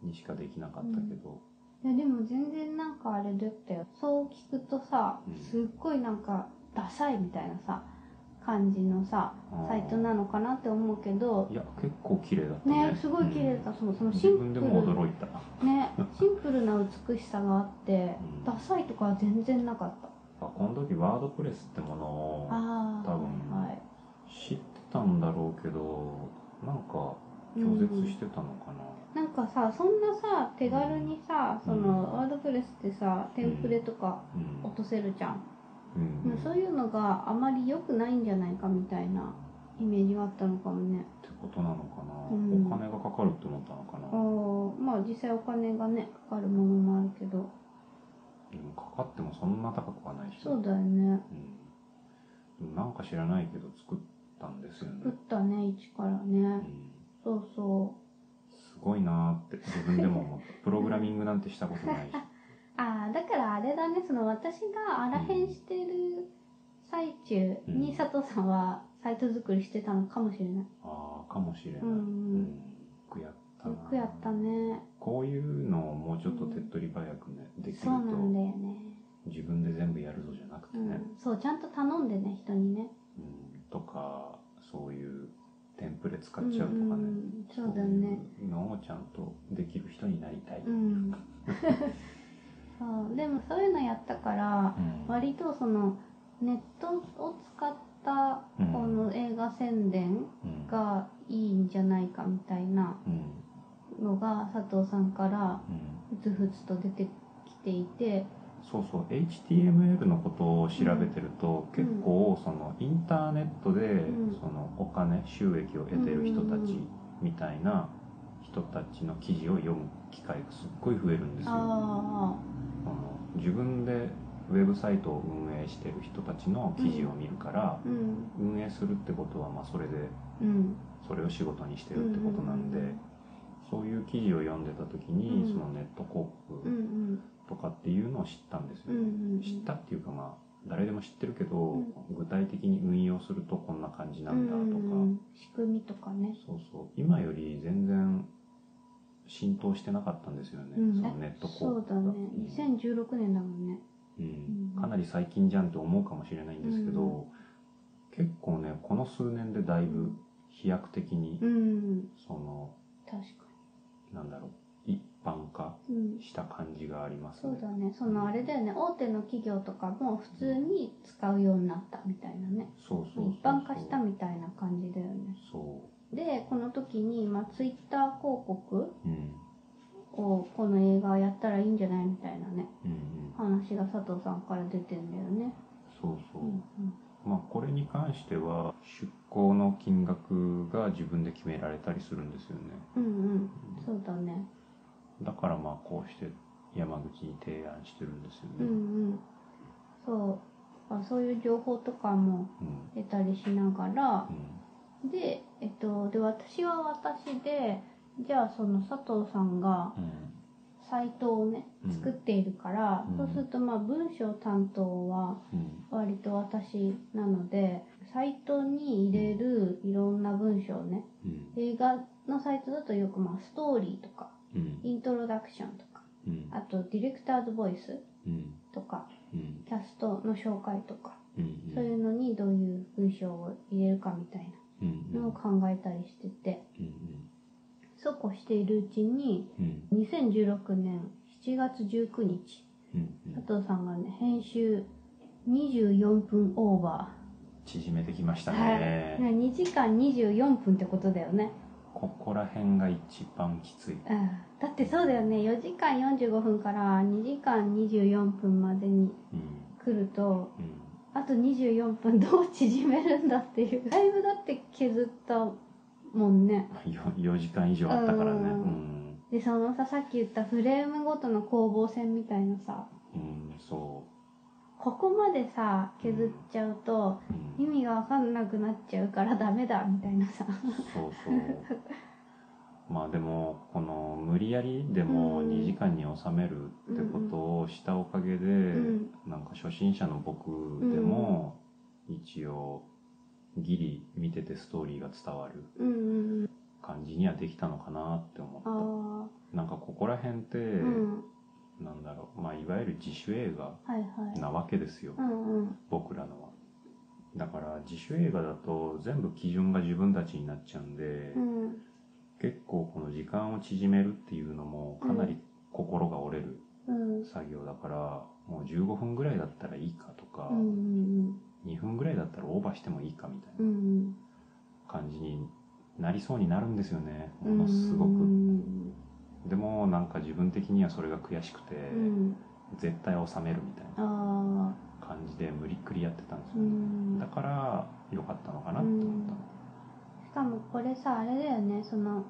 Speaker 2: うん
Speaker 1: にしかできなかったけど、
Speaker 2: いやでも全然なんかあれだったよそう聞くとさ
Speaker 1: うん
Speaker 2: すっごいなんかダサいみたいなさ感じのさ
Speaker 1: あー
Speaker 2: サイトなのかなって思うけど
Speaker 1: いや結構綺麗だったね
Speaker 2: ねすごい綺麗だった、そうそ
Speaker 1: うん
Speaker 2: の
Speaker 1: 自
Speaker 2: シンプ
Speaker 1: 分で
Speaker 2: ル
Speaker 1: も驚いた、
Speaker 2: ねシンプルな美しさがあって、
Speaker 1: うん
Speaker 2: ダサいとかは全然なかった
Speaker 1: あこの時ワードプレスってものを
Speaker 2: ああ
Speaker 1: 多分
Speaker 2: はい
Speaker 1: 知ってたんだろうけどなんか
Speaker 2: うん
Speaker 1: 拒絶してたのかな、
Speaker 2: なんかさそんなさ手軽にさそ
Speaker 1: うん
Speaker 2: のワードプレスってさテンプレとか
Speaker 1: うん
Speaker 2: 落とせるじゃん、
Speaker 1: うん
Speaker 2: そういうのがあまり良くないんじゃないかみたいなイメージがあったのかもね
Speaker 1: ってことなのかな、
Speaker 2: うん
Speaker 1: お金がかかるって思ったのか
Speaker 2: あ
Speaker 1: な、
Speaker 2: ーまあ実際お金がねかかるものもあるけど
Speaker 1: でもかかってもそんな高くはないし
Speaker 2: そうだよね
Speaker 1: うん、でもなんか知らないけど作ったんですよね、
Speaker 2: 作ったね一から
Speaker 1: う
Speaker 2: ね
Speaker 1: ん、
Speaker 2: そうそう
Speaker 1: すごいなーって自分でも思ったプログラミングなんてしたこと ないし
Speaker 2: ああだからあれだねその私があらへんしてる最中
Speaker 1: うん
Speaker 2: に佐藤さんはサイト作りしてたのかもしれない、
Speaker 1: ああかもしれない、
Speaker 2: うん
Speaker 1: よくやった
Speaker 2: よ
Speaker 1: な
Speaker 2: くやったね
Speaker 1: こういうのをもうちょっと手っ取り早くね、できる
Speaker 2: そうなんだ
Speaker 1: と
Speaker 2: よね、
Speaker 1: 自分で全部やるぞじゃなく
Speaker 2: う
Speaker 1: てね、
Speaker 2: ん、そうちゃんと頼んでね人にね
Speaker 1: うんとかそういうテンプレ使っちゃうとかね、
Speaker 2: んんそうだね
Speaker 1: そういうのをちゃんとできる人になりたい、
Speaker 2: うん そうでもそういうのやったから
Speaker 1: うん
Speaker 2: 割とそのネットを使った
Speaker 1: うん
Speaker 2: この映画宣伝
Speaker 1: うん
Speaker 2: がいいんじゃないかみたいな
Speaker 1: うん
Speaker 2: のが佐藤さんから
Speaker 1: うん
Speaker 2: ふつふつと出てきていて
Speaker 1: そうそう HTML のことを調べてると、
Speaker 2: うん
Speaker 1: 結構そのインターネットで、
Speaker 2: うん
Speaker 1: そのお金収益を得てる人たちみたいな人たちの記事を読む機会がすっごい増えるんですよ。
Speaker 2: あ
Speaker 1: あの自分でウェブサイトを運営してる人たちの記事を見るから
Speaker 2: あ、うん
Speaker 1: 運営するってことはまあそれで
Speaker 2: うん
Speaker 1: それを仕事にしてるってことなんで、そういう記事を読んでた時に、
Speaker 2: うん
Speaker 1: そのネット広
Speaker 2: うんう
Speaker 1: 告
Speaker 2: ん
Speaker 1: とかっていうのを知ったんです
Speaker 2: う
Speaker 1: よ。
Speaker 2: んうん
Speaker 1: 知ったっていうかまあ誰でも知ってるけど、
Speaker 2: ん
Speaker 1: 具体的に運用するとこんな感じなんだとか、
Speaker 2: うん仕組みとかね
Speaker 1: そうそう今より全然浸透してなかったんですよね、
Speaker 2: うん
Speaker 1: そのネット広
Speaker 2: そう
Speaker 1: 告
Speaker 2: だ
Speaker 1: が
Speaker 2: ね2016年だもんね
Speaker 1: うん
Speaker 2: うん
Speaker 1: かなり最近じゃんって思うかもしれないんですけど、
Speaker 2: う
Speaker 1: 結構ねこの数年でだいぶ飛躍的に、
Speaker 2: うん
Speaker 1: その
Speaker 2: 確か
Speaker 1: なんだろう一般化
Speaker 2: にうん
Speaker 1: した感じがあります
Speaker 2: そう
Speaker 1: ね
Speaker 2: だねそのあれだよね大手の企業とかも普通に使うようになったみたいなね
Speaker 1: そうそうそうそう
Speaker 2: 一般化したみたいな感じだよね
Speaker 1: そ
Speaker 2: でこの時に、まあ、ツイッター広告
Speaker 1: ううん
Speaker 2: をこの映画やったらいいんじゃないみたいなね
Speaker 1: うんうん
Speaker 2: 話が佐藤さんから出てんだよね
Speaker 1: そうそうう、
Speaker 2: ん
Speaker 1: まあ、これに関しては出向の金額が自分で決められたりするんですよね
Speaker 2: うんうんそうだね
Speaker 1: だからまあこうして山口に提案してるんですよ
Speaker 2: うん
Speaker 1: ね、
Speaker 2: うんそうあそういう情報とかも
Speaker 1: うん
Speaker 2: 得たりしながら
Speaker 1: うん
Speaker 2: で,、えっと、で私は私でじゃあその佐藤さんが
Speaker 1: うん
Speaker 2: サイトをね
Speaker 1: うん
Speaker 2: 作っているから、
Speaker 1: うん
Speaker 2: そうするとまあ文章担当は
Speaker 1: うん
Speaker 2: 割と私なのでサイトに入れるいろんな文章ね
Speaker 1: うん
Speaker 2: 映画のサイトだとよくまあストーリーとか
Speaker 1: うん
Speaker 2: イントロダクションとか
Speaker 1: うん
Speaker 2: あとディレクターズボイス
Speaker 1: うん
Speaker 2: とか
Speaker 1: うん
Speaker 2: キャストの紹介とか、
Speaker 1: うん
Speaker 2: そういうのにどういう文章を入れるかみたい
Speaker 1: うん
Speaker 2: なのを考えたりしてて
Speaker 1: うん
Speaker 2: そうこうしているうちに
Speaker 1: うん
Speaker 2: 2016年7月19日
Speaker 1: うん
Speaker 2: 佐藤さんがね編集24分オーバ
Speaker 1: 縮めてきまし
Speaker 2: ー、
Speaker 1: たね
Speaker 2: はい、2時間24分ってことだよね、
Speaker 1: ここら辺が一番きつい
Speaker 2: うん、だってそうだよね4時間45分から2時間24分までに
Speaker 1: うん
Speaker 2: 来ると
Speaker 1: うん
Speaker 2: あと24分どう縮めるんだって いうだいぶだって削ったもんね
Speaker 1: よ4時間以上あったからね
Speaker 2: うん
Speaker 1: うん
Speaker 2: でそのささっき言ったフレームごとの攻防戦みたいなさ
Speaker 1: うんそ
Speaker 2: ここまでさ削っちゃうと
Speaker 1: うん
Speaker 2: 意味が分かんなくなっちゃうからダメだみたいなさ
Speaker 1: そうそう まあでもこの無理やりでも
Speaker 2: うん
Speaker 1: 2時間に収めるってことをしたおかげで、
Speaker 2: ん
Speaker 1: なんか初心者の僕でも一応ギリ見ててストーリーが伝わる
Speaker 2: うんうんうん
Speaker 1: 感じにはできたのかなって思
Speaker 2: あ
Speaker 1: っ
Speaker 2: あ
Speaker 1: たなんかここら辺って、
Speaker 2: うん
Speaker 1: なんだろうまあいわゆる自主映画
Speaker 2: はいはい
Speaker 1: なわけですよ、
Speaker 2: うんうん
Speaker 1: 僕らのはだから自主映画だと全部基準が自分たちになっちゃうんで、
Speaker 2: うん
Speaker 1: 結構この時間を縮めるっていうのもかなり心が折れる
Speaker 2: うん
Speaker 1: 作業だから、もう15分ぐらいだったらいいかとか、
Speaker 2: うんうん
Speaker 1: 2分ぐらいだったらオーバーしてもいいかみたい
Speaker 2: うんう
Speaker 1: なん感じになりそうになるんですよね
Speaker 2: うん
Speaker 1: ものすご
Speaker 2: う
Speaker 1: く。
Speaker 2: ん
Speaker 1: でもなんか自分的にはそれが悔しくて、
Speaker 2: うん
Speaker 1: 絶対収めるみたいな
Speaker 2: あ
Speaker 1: 感じで無理っくりやってたんです
Speaker 2: あう
Speaker 1: よね、
Speaker 2: ん
Speaker 1: だから良かったのかなって思ったの、
Speaker 2: しかもこれさあれだよねその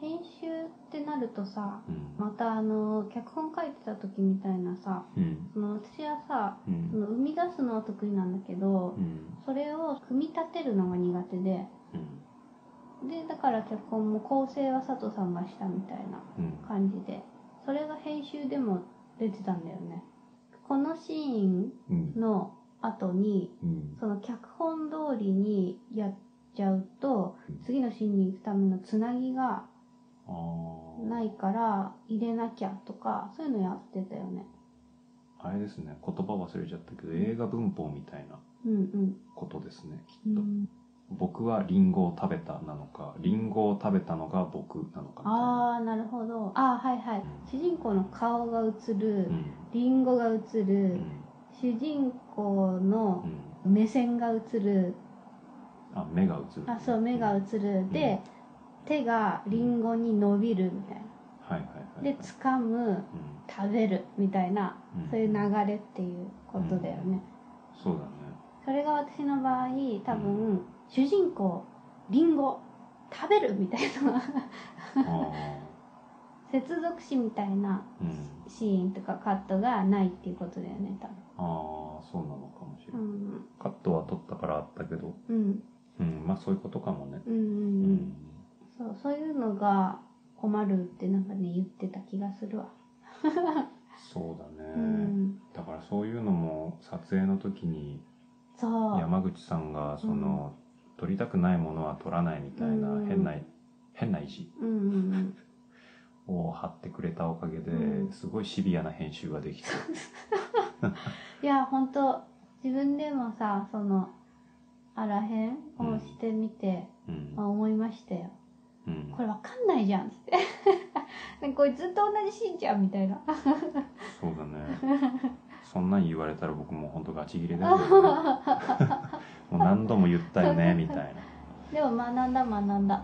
Speaker 2: 編集ってなるとさ
Speaker 1: うん
Speaker 2: またあの脚本書いてた時みたいなさ
Speaker 1: うん
Speaker 2: その私はさ
Speaker 1: う
Speaker 2: そ
Speaker 1: ん
Speaker 2: の生み出すのは得意なんだけど
Speaker 1: うん
Speaker 2: それを組み立てるのが苦手で
Speaker 1: うん
Speaker 2: でだから脚本も構成は佐藤さんがしたみたいな
Speaker 1: うん
Speaker 2: 感じでそれが編集でも出てたんだよねこのシーン
Speaker 1: うん
Speaker 2: の後に
Speaker 1: うん
Speaker 2: その脚本通りにやっちゃうと次のシーンに行くためのつなぎが
Speaker 1: あー
Speaker 2: ないから入れなきゃとかそういうのやってたよね
Speaker 1: あれですね言葉忘れちゃったけど映画文法みたいな
Speaker 2: うん
Speaker 1: ことですねき
Speaker 2: う
Speaker 1: っ
Speaker 2: ん、
Speaker 1: と、
Speaker 2: うん、
Speaker 1: 僕はリンゴを食べたなのかリンゴを食べたのが僕なのかみたいな
Speaker 2: ああなるほどああはいはい主人公の顔が映る
Speaker 1: うん
Speaker 2: リンゴが映
Speaker 1: う
Speaker 2: る
Speaker 1: ん
Speaker 2: 主人公
Speaker 1: う
Speaker 2: の
Speaker 1: ん
Speaker 2: 目線が映る
Speaker 1: あ目が映る
Speaker 2: あそう目が
Speaker 1: る
Speaker 2: 映るで、手がリンゴに伸びるみたい
Speaker 1: はいはいはい
Speaker 2: なで掴む
Speaker 1: うん
Speaker 2: 食べるみたいな
Speaker 1: うん
Speaker 2: そういう流れっていうことだよね、
Speaker 1: そうだね
Speaker 2: それが私の場合多分主人公リンゴ食べるみたいな
Speaker 1: あ
Speaker 2: 接続詞みたいな
Speaker 1: あ、うん、
Speaker 2: シーンとかカットがないっていうことだよね多
Speaker 1: ああそうなのかもしれない、
Speaker 2: 分
Speaker 1: カットは取ったからあったけど
Speaker 2: うんうん
Speaker 1: うんまあそういうことかもね
Speaker 2: うんうん
Speaker 1: う
Speaker 2: うん、そうそういうのが困るってなんかね言ってた気がするわ
Speaker 1: そうだね、
Speaker 2: うん
Speaker 1: だからそういうのも撮影の時に
Speaker 2: そう
Speaker 1: 山口さんがその、撮りたくないものは撮らないみたいな
Speaker 2: うん
Speaker 1: 変な、変な意地
Speaker 2: うんうんうん
Speaker 1: を張ってくれたおかげで、
Speaker 2: うん
Speaker 1: すごいシビアな編集がで きて、
Speaker 2: いや本当自分でもさそのあらへんをしてみて、
Speaker 1: うん
Speaker 2: まあ、思いましたよ
Speaker 1: うん
Speaker 2: これわかんないじゃんっつって なんかこれずっと同じシーンじゃんみたいな
Speaker 1: そうだ ねそんなん言われたら僕もうほんとガチ切れだけ どね、もう何度も言ったよねみたいな、
Speaker 2: でも学んだ学んだ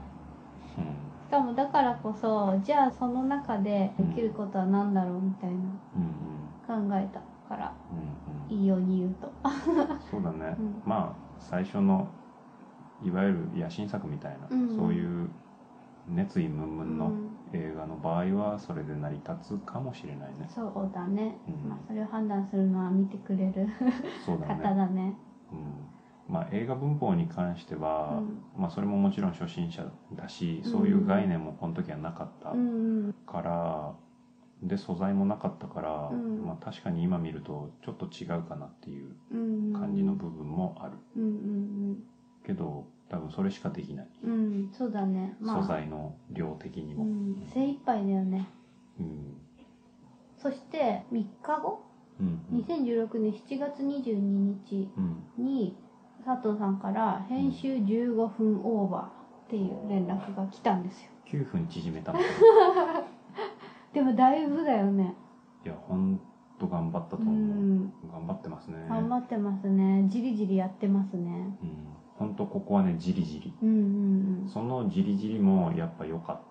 Speaker 2: しかもだからこそじゃあその中でできることは何だろうみたいな
Speaker 1: うん、うん
Speaker 2: 考えたから
Speaker 1: うんうんうん
Speaker 2: いいように言うと
Speaker 1: そうだね、
Speaker 2: うん
Speaker 1: まあ最初のいわゆる野心作みたいな、
Speaker 2: うん
Speaker 1: そういう熱意ムンムン
Speaker 2: う
Speaker 1: の
Speaker 2: ん
Speaker 1: 映画の場合はそれで成り立つかもしれないね
Speaker 2: そうだね、
Speaker 1: うん
Speaker 2: まあ、それを判断するのは見てくれる
Speaker 1: そうだ
Speaker 2: 方
Speaker 1: ね、
Speaker 2: だね
Speaker 1: うんまあ、映画文法に関しては、まあ、それももちろん初心者だし
Speaker 2: うん
Speaker 1: そういう概念もこの時はなかった
Speaker 2: うんうん
Speaker 1: から、で素材もなかったから、
Speaker 2: うん
Speaker 1: まあ、確かに今見るとちょっと違うかなっていう
Speaker 2: うんうん
Speaker 1: 感じの部分もある
Speaker 2: うんうん
Speaker 1: けど多分それしかできない、
Speaker 2: うんうんそうだねまあ
Speaker 1: 素材の量的に
Speaker 2: う
Speaker 1: も。
Speaker 2: ん精一杯だよね
Speaker 1: うん
Speaker 2: そして3日後
Speaker 1: うんうん
Speaker 2: 2016年7月22日
Speaker 1: うん
Speaker 2: に佐藤さんから「編集15分オーバー」っていう連絡が来たんですよ
Speaker 1: 9分縮めたのい
Speaker 2: でもだいぶだよね
Speaker 1: やほんと頑張ったと
Speaker 2: う
Speaker 1: 思う、
Speaker 2: ん
Speaker 1: 頑張ってますね
Speaker 2: 頑張ってますねじりじりやってますね
Speaker 1: うんほんとここはねじりじり
Speaker 2: うんうんうん
Speaker 1: そのじりじりもやっぱ良かっ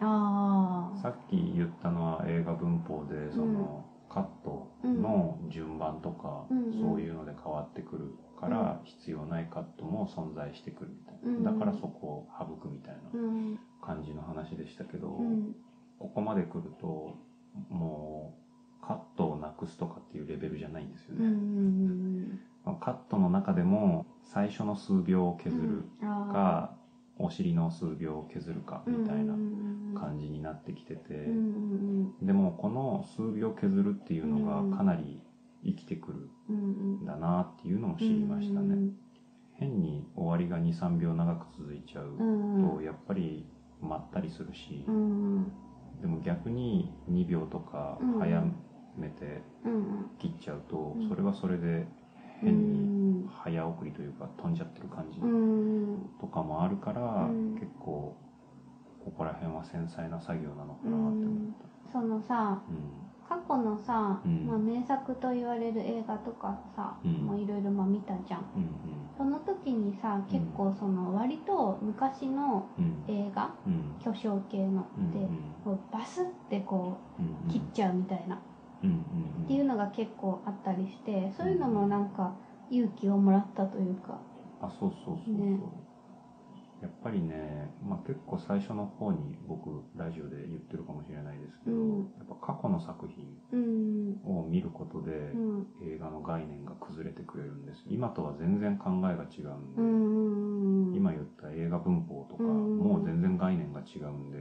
Speaker 1: た
Speaker 2: ああ
Speaker 1: さっき言ったのは映画文法でその、カットの順番とか、
Speaker 2: うんうん
Speaker 1: そういうので変わってくるから、必要ないカットも存在してくるみたいな、
Speaker 2: うん
Speaker 1: だからそこを省くみたいな
Speaker 2: うん
Speaker 1: 感じの話でしたけど、
Speaker 2: うん
Speaker 1: ここまで来るともうカットをなくすとかっていうレベルじゃないんですよ
Speaker 2: うんう
Speaker 1: ね、
Speaker 2: ん
Speaker 1: まあカットの中でも最初の数秒を
Speaker 2: う
Speaker 1: 削る
Speaker 2: んあー
Speaker 1: か、お尻の数秒を削るかみたいな
Speaker 2: 感
Speaker 1: 感じになってきてて、
Speaker 2: うんうん
Speaker 1: でもこの数秒削るっていうの
Speaker 2: うん
Speaker 1: がかなり生きてくる
Speaker 2: うんうん
Speaker 1: んだなっていうのも知りましたね、変に終わりが23秒長く続いちゃう
Speaker 2: うんうん
Speaker 1: とやっぱりまったりするし、
Speaker 2: うん
Speaker 1: でも逆に2秒とか
Speaker 2: うん
Speaker 1: 早めて
Speaker 2: うん
Speaker 1: 切っちゃうと
Speaker 2: うん
Speaker 1: それはそれで
Speaker 2: う
Speaker 1: 変に
Speaker 2: ん
Speaker 1: 早送りというか飛んじゃってる感じ
Speaker 2: うん
Speaker 1: とかもあるから
Speaker 2: うん
Speaker 1: 結構ここら辺は繊細な作業なのかなって思った。
Speaker 2: そのさ
Speaker 1: う
Speaker 2: 過去のさ、
Speaker 1: うん
Speaker 2: まあ、名作と言われる映画とかさ、
Speaker 1: うん
Speaker 2: もういろいろまあ見たじゃん
Speaker 1: んうん
Speaker 2: その時にさ結構その割と昔の
Speaker 1: うんうん
Speaker 2: 映画
Speaker 1: うん
Speaker 2: 巨匠系の
Speaker 1: うん
Speaker 2: って、こうバスってこ
Speaker 1: うんうん
Speaker 2: う切っちゃうみたいな、
Speaker 1: うんうん
Speaker 2: っていうのが結構あったりしてそういうのもなんか勇気をもらったというか
Speaker 1: あそうそうそうそう、
Speaker 2: ね
Speaker 1: やっぱりね、まあ、結構最初の方に僕ラジオで言ってるかもしれないですけど、
Speaker 2: うん
Speaker 1: やっぱ過去の作品
Speaker 2: うん
Speaker 1: を見ることで、
Speaker 2: うん
Speaker 1: 映画の概念が崩れてくれるんです今とは全然考えが違うん
Speaker 2: う
Speaker 1: で、
Speaker 2: ん
Speaker 1: 今言った映画文法とか、
Speaker 2: うん
Speaker 1: もう全然概念が違うんで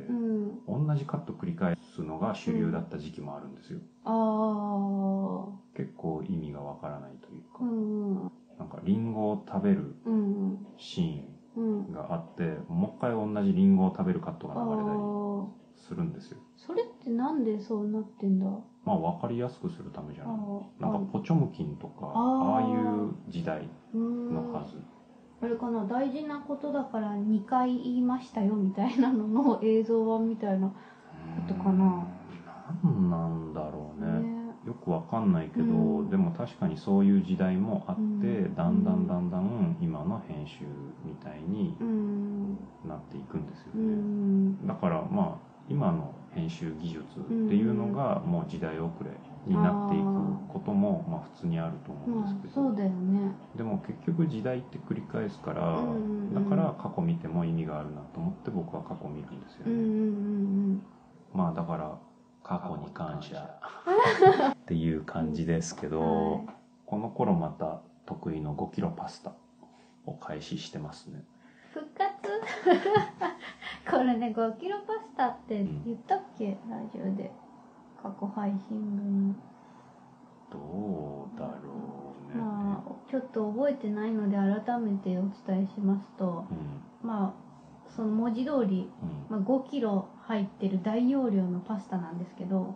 Speaker 2: う、ん
Speaker 1: 同じカット繰り返すのが主流だった時期もあるんですよ、
Speaker 2: ああ
Speaker 1: 結構意味がわからないというか、
Speaker 2: うん
Speaker 1: なんかリンゴを食べる
Speaker 2: うん
Speaker 1: シーン
Speaker 2: うん
Speaker 1: があってもう一回同じリンゴを食べるカット
Speaker 2: あ
Speaker 1: が
Speaker 2: あ
Speaker 1: 流れたり
Speaker 2: ー
Speaker 1: するんですよ
Speaker 2: それってなんでそうなってんだ
Speaker 1: まあ分かりやすくするためじゃ
Speaker 2: あ
Speaker 1: ない
Speaker 2: ー
Speaker 1: なんかポチョムキンとかあ
Speaker 2: あ
Speaker 1: あ
Speaker 2: ー
Speaker 1: いう時代
Speaker 2: うー
Speaker 1: の
Speaker 2: ん
Speaker 1: はず
Speaker 2: あれかな大事なことだから2回言いましたよみたいなのの映像版みたいなことかな
Speaker 1: 何なんだろうね
Speaker 2: ね
Speaker 1: よくわかんないけど、
Speaker 2: うん
Speaker 1: でも確かにそういう時代もあって、
Speaker 2: うん
Speaker 1: だんだんだんだん今の編集みたいに
Speaker 2: うーん
Speaker 1: なっていくんですよ
Speaker 2: うー
Speaker 1: ね、
Speaker 2: ん
Speaker 1: だからまあ今の編集技術っていうのがもう時代遅れになっていくこともまあ普通にあると思う
Speaker 2: ま
Speaker 1: んで
Speaker 2: あ
Speaker 1: すけど、
Speaker 2: そうだよね
Speaker 1: でも結局時代って繰り返すから、
Speaker 2: うんうん
Speaker 1: だから過去見ても意味があるなと思って僕は過去見るんですよ
Speaker 2: うん
Speaker 1: ね、
Speaker 2: うんうん
Speaker 1: まあだから過去に感謝っていう感じですけど、
Speaker 2: うんはい
Speaker 1: この頃また得意の5キロパスタを開始してますね
Speaker 2: 復活 これね5キロパスタって言ったっけ、ラジオで過去配信分に
Speaker 1: どうだろうね、
Speaker 2: まあちょっと覚えてないので改めてお伝えしますと
Speaker 1: うん
Speaker 2: まあその文字通り、
Speaker 1: うん
Speaker 2: まあ、5キロ入ってる大容量のパスタなんですけど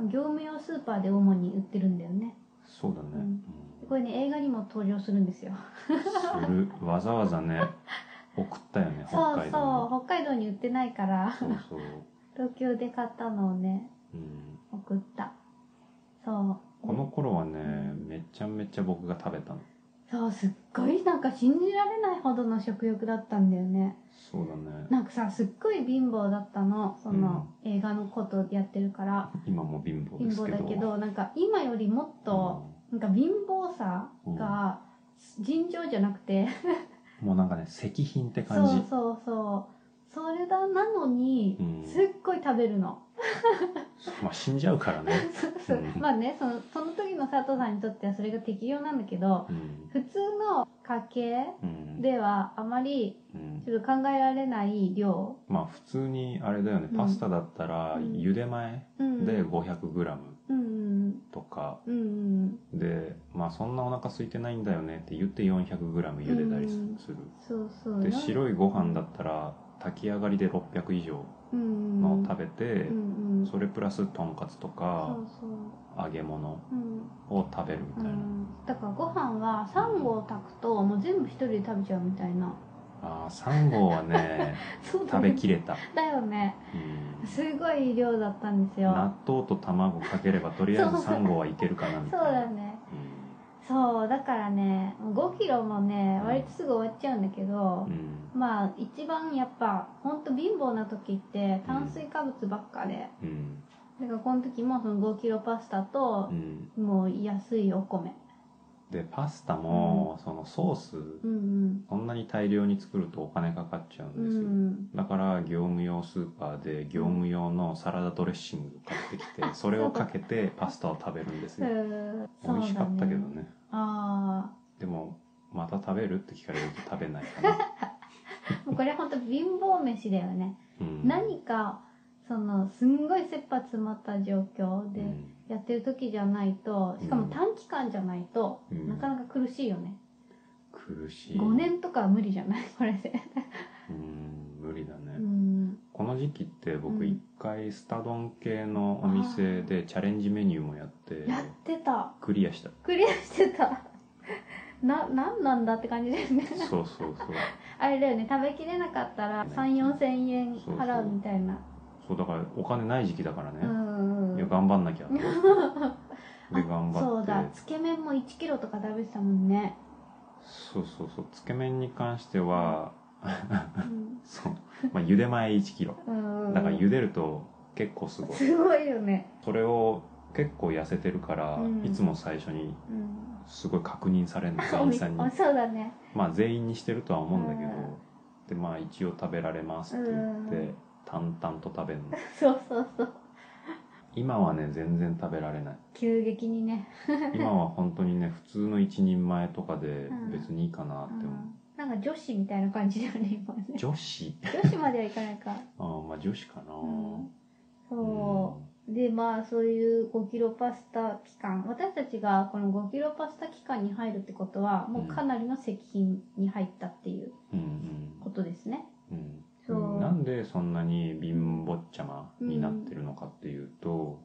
Speaker 1: うん
Speaker 2: 業務用スーパーで主に売ってるんだよね
Speaker 1: そうだね、
Speaker 2: うん
Speaker 1: うん
Speaker 2: これね映画にも登場するんですよ
Speaker 1: するわざわざ ね送ったよね
Speaker 2: そ
Speaker 1: 北
Speaker 2: う
Speaker 1: 海道
Speaker 2: そう北海道に売ってないから
Speaker 1: にそうそう
Speaker 2: 東京で買ったのをね
Speaker 1: うん、
Speaker 2: 送ったそう
Speaker 1: この頃はねめちゃめちゃ僕が食べたの
Speaker 2: そうすっごいなんか信じられないほどの食欲だったんだよね
Speaker 1: そうだね
Speaker 2: なんかさすっごい貧乏だったのその、映画のことやってるから
Speaker 1: 今も貧乏
Speaker 2: 貧
Speaker 1: です
Speaker 2: 乏
Speaker 1: けど
Speaker 2: だけどなんか今よりもっと、なんか貧乏さが尋常じゃなくて、
Speaker 1: うんもうなんかね石品って
Speaker 2: そ
Speaker 1: 感
Speaker 2: う
Speaker 1: じ
Speaker 2: そうそうそれだなのに、
Speaker 1: うん
Speaker 2: すっごい食べるの
Speaker 1: まあ死んじゃうから ね、
Speaker 2: そうそう
Speaker 1: うん
Speaker 2: まあねそのその時の佐藤さんにとってはそれが適量なんだけど
Speaker 1: うん
Speaker 2: 普通の家
Speaker 1: うん
Speaker 2: 計ではあまり
Speaker 1: うん
Speaker 2: ちょっと考えられない量
Speaker 1: まあ普通にあれだよね
Speaker 2: うん
Speaker 1: パスタだったら
Speaker 2: うん
Speaker 1: 茹で前
Speaker 2: うん
Speaker 1: で 500g
Speaker 2: うん
Speaker 1: とか
Speaker 2: うんうん
Speaker 1: でまあそんなお腹空いてないんだよねって言って 400g 茹でたりす
Speaker 2: うん
Speaker 1: する
Speaker 2: そうそう
Speaker 1: で
Speaker 2: な
Speaker 1: 白いご飯だったら炊き上がりで600以上
Speaker 2: うん
Speaker 1: のを食べて
Speaker 2: うんうん
Speaker 1: それプラスとんかつとか
Speaker 2: そうそう
Speaker 1: 揚げ物
Speaker 2: うん
Speaker 1: を食べるみ
Speaker 2: う
Speaker 1: たいなん
Speaker 2: だからご飯は3合炊くともう全部一人で食べちゃうみたいな
Speaker 1: ああ3号は ね
Speaker 2: そうだ
Speaker 1: 食
Speaker 2: ね
Speaker 1: べきれた、
Speaker 2: だよね
Speaker 1: うん、
Speaker 2: すごい量だったんですよ
Speaker 1: 納豆と卵かければとりあえず3号はいけるかなみた
Speaker 2: そ
Speaker 1: いうな
Speaker 2: だねそうだからね5キロもね割とすぐ終わっちゃうんだけど
Speaker 1: うん、うん
Speaker 2: まあ一番やっぱほんと貧乏な時って炭水化物ばっかで、
Speaker 1: うん
Speaker 2: だからこの時もその5キロパスタと
Speaker 1: う、ん
Speaker 2: もう安いお米
Speaker 1: でパスタも、そのソース
Speaker 2: うん
Speaker 1: そんなに大量に作るとお金かかっちゃう
Speaker 2: うん
Speaker 1: ですよ、
Speaker 2: ん
Speaker 1: だから業務用スーパーで業務用のサラダドレッシング買って きてそれをかけてパスタを食べるんです
Speaker 2: う
Speaker 1: よ
Speaker 2: ん
Speaker 1: 美味しかったけど
Speaker 2: そうだ
Speaker 1: ね
Speaker 2: あ
Speaker 1: でもまた食べるって聞かれると食べないかな、
Speaker 2: あもうこれ本当貧乏飯だよね、
Speaker 1: うん、
Speaker 2: 何かそのすんごい切羽詰まった状況で
Speaker 1: うん
Speaker 2: やってる時じゃないとしかも短期間じゃないと、
Speaker 1: うん
Speaker 2: なかなか苦しいよね、
Speaker 1: 苦しい
Speaker 2: 5年とかは無理じゃないこれで
Speaker 1: うん無理だね、
Speaker 2: うん
Speaker 1: この時期って
Speaker 2: う
Speaker 1: 僕
Speaker 2: ん
Speaker 1: 一回スタ丼系のお店でチャレンジメニューもやって
Speaker 2: やってた
Speaker 1: クリアした
Speaker 2: クリアしてた な何なんだって感じで すね
Speaker 1: そうそうそう
Speaker 2: あれだよね食べきれなかったら3 4千円
Speaker 1: そうそう
Speaker 2: 払うみたいな
Speaker 1: そうだからお金ない時期だからね
Speaker 2: う、んうん
Speaker 1: いうや
Speaker 2: ん
Speaker 1: 頑張んなき ゃってで頑
Speaker 2: そ
Speaker 1: 張
Speaker 2: う
Speaker 1: っ
Speaker 2: だ
Speaker 1: て
Speaker 2: つけ麺も1キロとか食べてたも んね、
Speaker 1: そうそうそうつけ麺に関しては
Speaker 2: うん
Speaker 1: そう、まあ、茹で前1キロ
Speaker 2: うんうん
Speaker 1: だから茹でると結構すごい
Speaker 2: すごいよね、
Speaker 1: それを結構痩せてるから、
Speaker 2: うん
Speaker 1: いつも最初に
Speaker 2: うん、
Speaker 1: すごい確認され るの
Speaker 2: お
Speaker 1: 全員さんに
Speaker 2: おそうだね
Speaker 1: まあ全員にしてるとは思うんだけど、
Speaker 2: うん
Speaker 1: でまあ一応食べられますって言って、
Speaker 2: うん
Speaker 1: 淡々と食べるの
Speaker 2: そうそうそう
Speaker 1: 今はね全然食べられ ない
Speaker 2: 急激にね、
Speaker 1: 今は本当にね普通の一人前とかで
Speaker 2: うん
Speaker 1: 別にいいかなっ
Speaker 2: う
Speaker 1: て思う、
Speaker 2: ん、なんか女子みたいな感じだよね 今ね
Speaker 1: 女子
Speaker 2: 女子まではいかないか、
Speaker 1: あーまあ女子かな、
Speaker 2: うん、そう、
Speaker 1: うん
Speaker 2: でまあそういう5キロパスタ期間私たちがこの5キロパスタ期間に入るってことはもうかなりの石品に入ったっていう
Speaker 1: うん
Speaker 2: ことですね。
Speaker 1: うん
Speaker 2: そう
Speaker 1: うんなんでそんなに貧乏ちゃまになってるのかっていうと、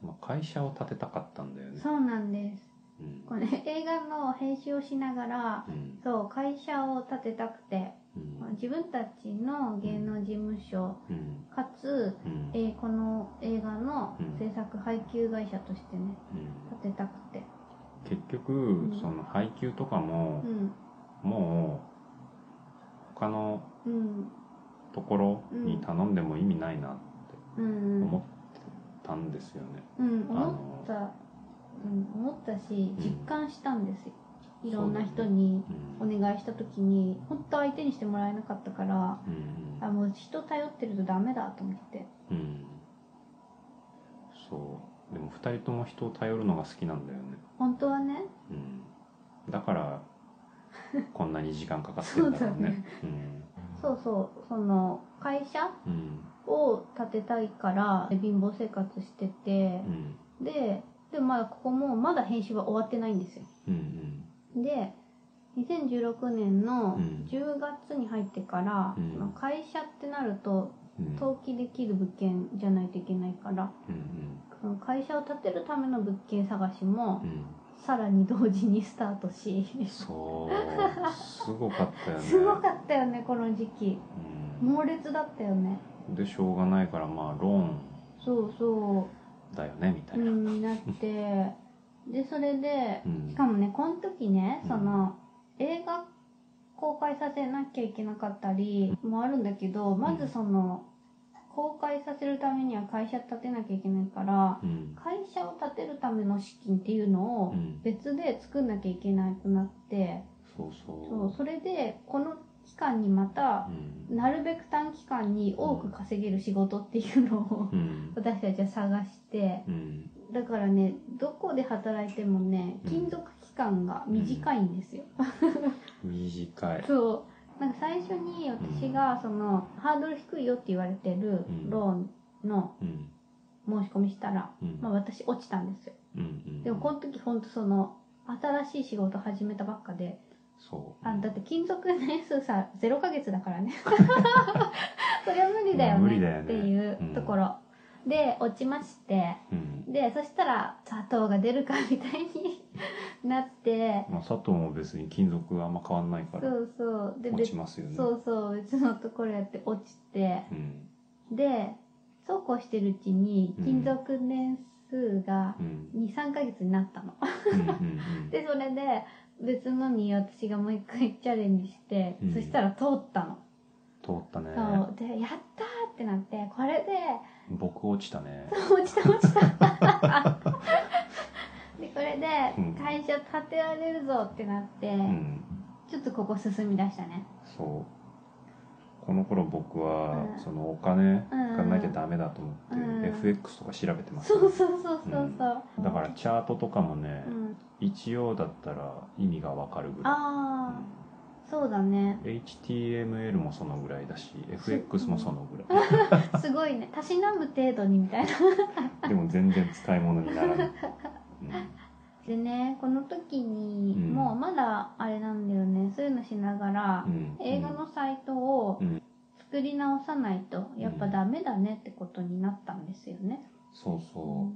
Speaker 1: まあ、会社を建てたかったんだよね
Speaker 2: そうなんです
Speaker 1: うん
Speaker 2: これ映画の編集をしながら
Speaker 1: うん
Speaker 2: そう会社を建てたくて
Speaker 1: うん
Speaker 2: 自分たちの芸能事務所
Speaker 1: うん
Speaker 2: かつ、
Speaker 1: うん
Speaker 2: えーこの映画の制作配給会社としてね
Speaker 1: うん
Speaker 2: 建てたくて。
Speaker 1: 結局、
Speaker 2: ん
Speaker 1: その配給とかも
Speaker 2: う、ん
Speaker 1: もう他の
Speaker 2: うん
Speaker 1: ところに頼んでも意味ないなって
Speaker 2: うんうん
Speaker 1: 思ったんですよね、
Speaker 2: うん、
Speaker 1: あの
Speaker 2: 思った、うん、思ったし
Speaker 1: ん
Speaker 2: 実感したんですよ、いろんな
Speaker 1: そうだ
Speaker 2: 人に
Speaker 1: う
Speaker 2: お
Speaker 1: ん
Speaker 2: 願いした時に本当相手にしてもらえなかったから
Speaker 1: うん
Speaker 2: あもう人頼ってるとダメだと思って
Speaker 1: うんうんそうでも2人とも人を頼るのが好きなんだよね、
Speaker 2: 本当はね
Speaker 1: うん、だからこんなに時間かかってるんだろ うね
Speaker 2: そうそうその会社
Speaker 1: うんうん
Speaker 2: を建てたいから貧乏生活してて
Speaker 1: う、ん
Speaker 2: ででまだここもまだ編集は終わってないんですよ
Speaker 1: うん
Speaker 2: で2016年の
Speaker 1: うん
Speaker 2: 10月に入ってから、
Speaker 1: うん
Speaker 2: その会社ってなると
Speaker 1: うんうん
Speaker 2: 登記できる物件じゃないといけないから
Speaker 1: うん
Speaker 2: その会社を建てるための物件探し
Speaker 1: う
Speaker 2: も
Speaker 1: んうん
Speaker 2: さらに同時にスタートし
Speaker 1: そうすごかったよね
Speaker 2: すごかったよねこの時期
Speaker 1: う
Speaker 2: 猛烈だったよね
Speaker 1: ん、でしょうがないからまあローン
Speaker 2: そうそ
Speaker 1: だよねみた
Speaker 2: う
Speaker 1: いな、
Speaker 2: うんになってでそれで
Speaker 1: うん
Speaker 2: しかもねこの時ね
Speaker 1: うん
Speaker 2: その映画公開させなきゃいけなかったりもあるんだけどまずその公開させるためには会社建てなきゃいけないから
Speaker 1: うん
Speaker 2: 会社を建てるための資金っていうのを
Speaker 1: うん
Speaker 2: 別で作んなきゃいけなくなって
Speaker 1: そうそう
Speaker 2: そうそれでこの期間にまた
Speaker 1: うん
Speaker 2: なるべく短期間に多く稼げる仕事っていうのを
Speaker 1: うん
Speaker 2: 私たちは探して
Speaker 1: うん
Speaker 2: だからねどこで働いてもね勤続期間が短いんですよ、
Speaker 1: 短い
Speaker 2: そうなんか最初に私がそのハードル低いよって言われてる
Speaker 1: うん
Speaker 2: ローンの
Speaker 1: うん
Speaker 2: 申し込みしたら、
Speaker 1: うん
Speaker 2: まあ、私落ちたんですよ
Speaker 1: うんうん
Speaker 2: でもこの時ほんとその新しい仕事始めたばっかで
Speaker 1: そう
Speaker 2: あだって勤続年数さ0ヶ月だか らねそれは無理だよ
Speaker 1: 無理だ
Speaker 2: ね
Speaker 1: よ
Speaker 2: っ
Speaker 1: ね
Speaker 2: ていうところ、で落ちまして
Speaker 1: うん
Speaker 2: でそしたら砂糖が出るかみたいに なって
Speaker 1: まあ、佐藤も別に金属があんま変わんないか
Speaker 2: そ
Speaker 1: ら
Speaker 2: うそうで
Speaker 1: 落ちますよね
Speaker 2: そうそう別のところやって落ちて
Speaker 1: うん
Speaker 2: でそうこうしてるうちに勤続年数が
Speaker 1: うん
Speaker 2: 23ヶ月になったの
Speaker 1: うんうんうん
Speaker 2: でそれで別のに私がもう一回チャレンジして、
Speaker 1: うん
Speaker 2: そしたら通ったの、
Speaker 1: 通ったね
Speaker 2: そうでやったーってなってこれで
Speaker 1: 僕落ちたね
Speaker 2: 落ちた落ちたでそれで
Speaker 1: うん
Speaker 2: 会社建てられるぞってなって、
Speaker 1: うん
Speaker 2: ちょっとここ進み出したね
Speaker 1: そうこの頃僕は
Speaker 2: うん
Speaker 1: そのお金
Speaker 2: うん
Speaker 1: がなきゃダメだと思って、
Speaker 2: うん
Speaker 1: FX とか調べてます、
Speaker 2: そうそうそうそうそう、
Speaker 1: だからチャートとかもね、
Speaker 2: うん、
Speaker 1: 一応だったら意味がわかるぐらい、う
Speaker 2: ああ、
Speaker 1: ん
Speaker 2: そうだね
Speaker 1: HTML もそのぐらいだし
Speaker 2: そ
Speaker 1: FX もそのぐらい
Speaker 2: すごいねたしなむ程度にみたいな
Speaker 1: でも全然使い物になら ない、
Speaker 2: でねこの時に、
Speaker 1: うん
Speaker 2: もうまだあれなんだよねそういうのしながら
Speaker 1: う、ん
Speaker 2: 映画のサイトを
Speaker 1: うん
Speaker 2: 作り直さないとやっぱダメだねってことになったんですよね、
Speaker 1: そうそう、うん、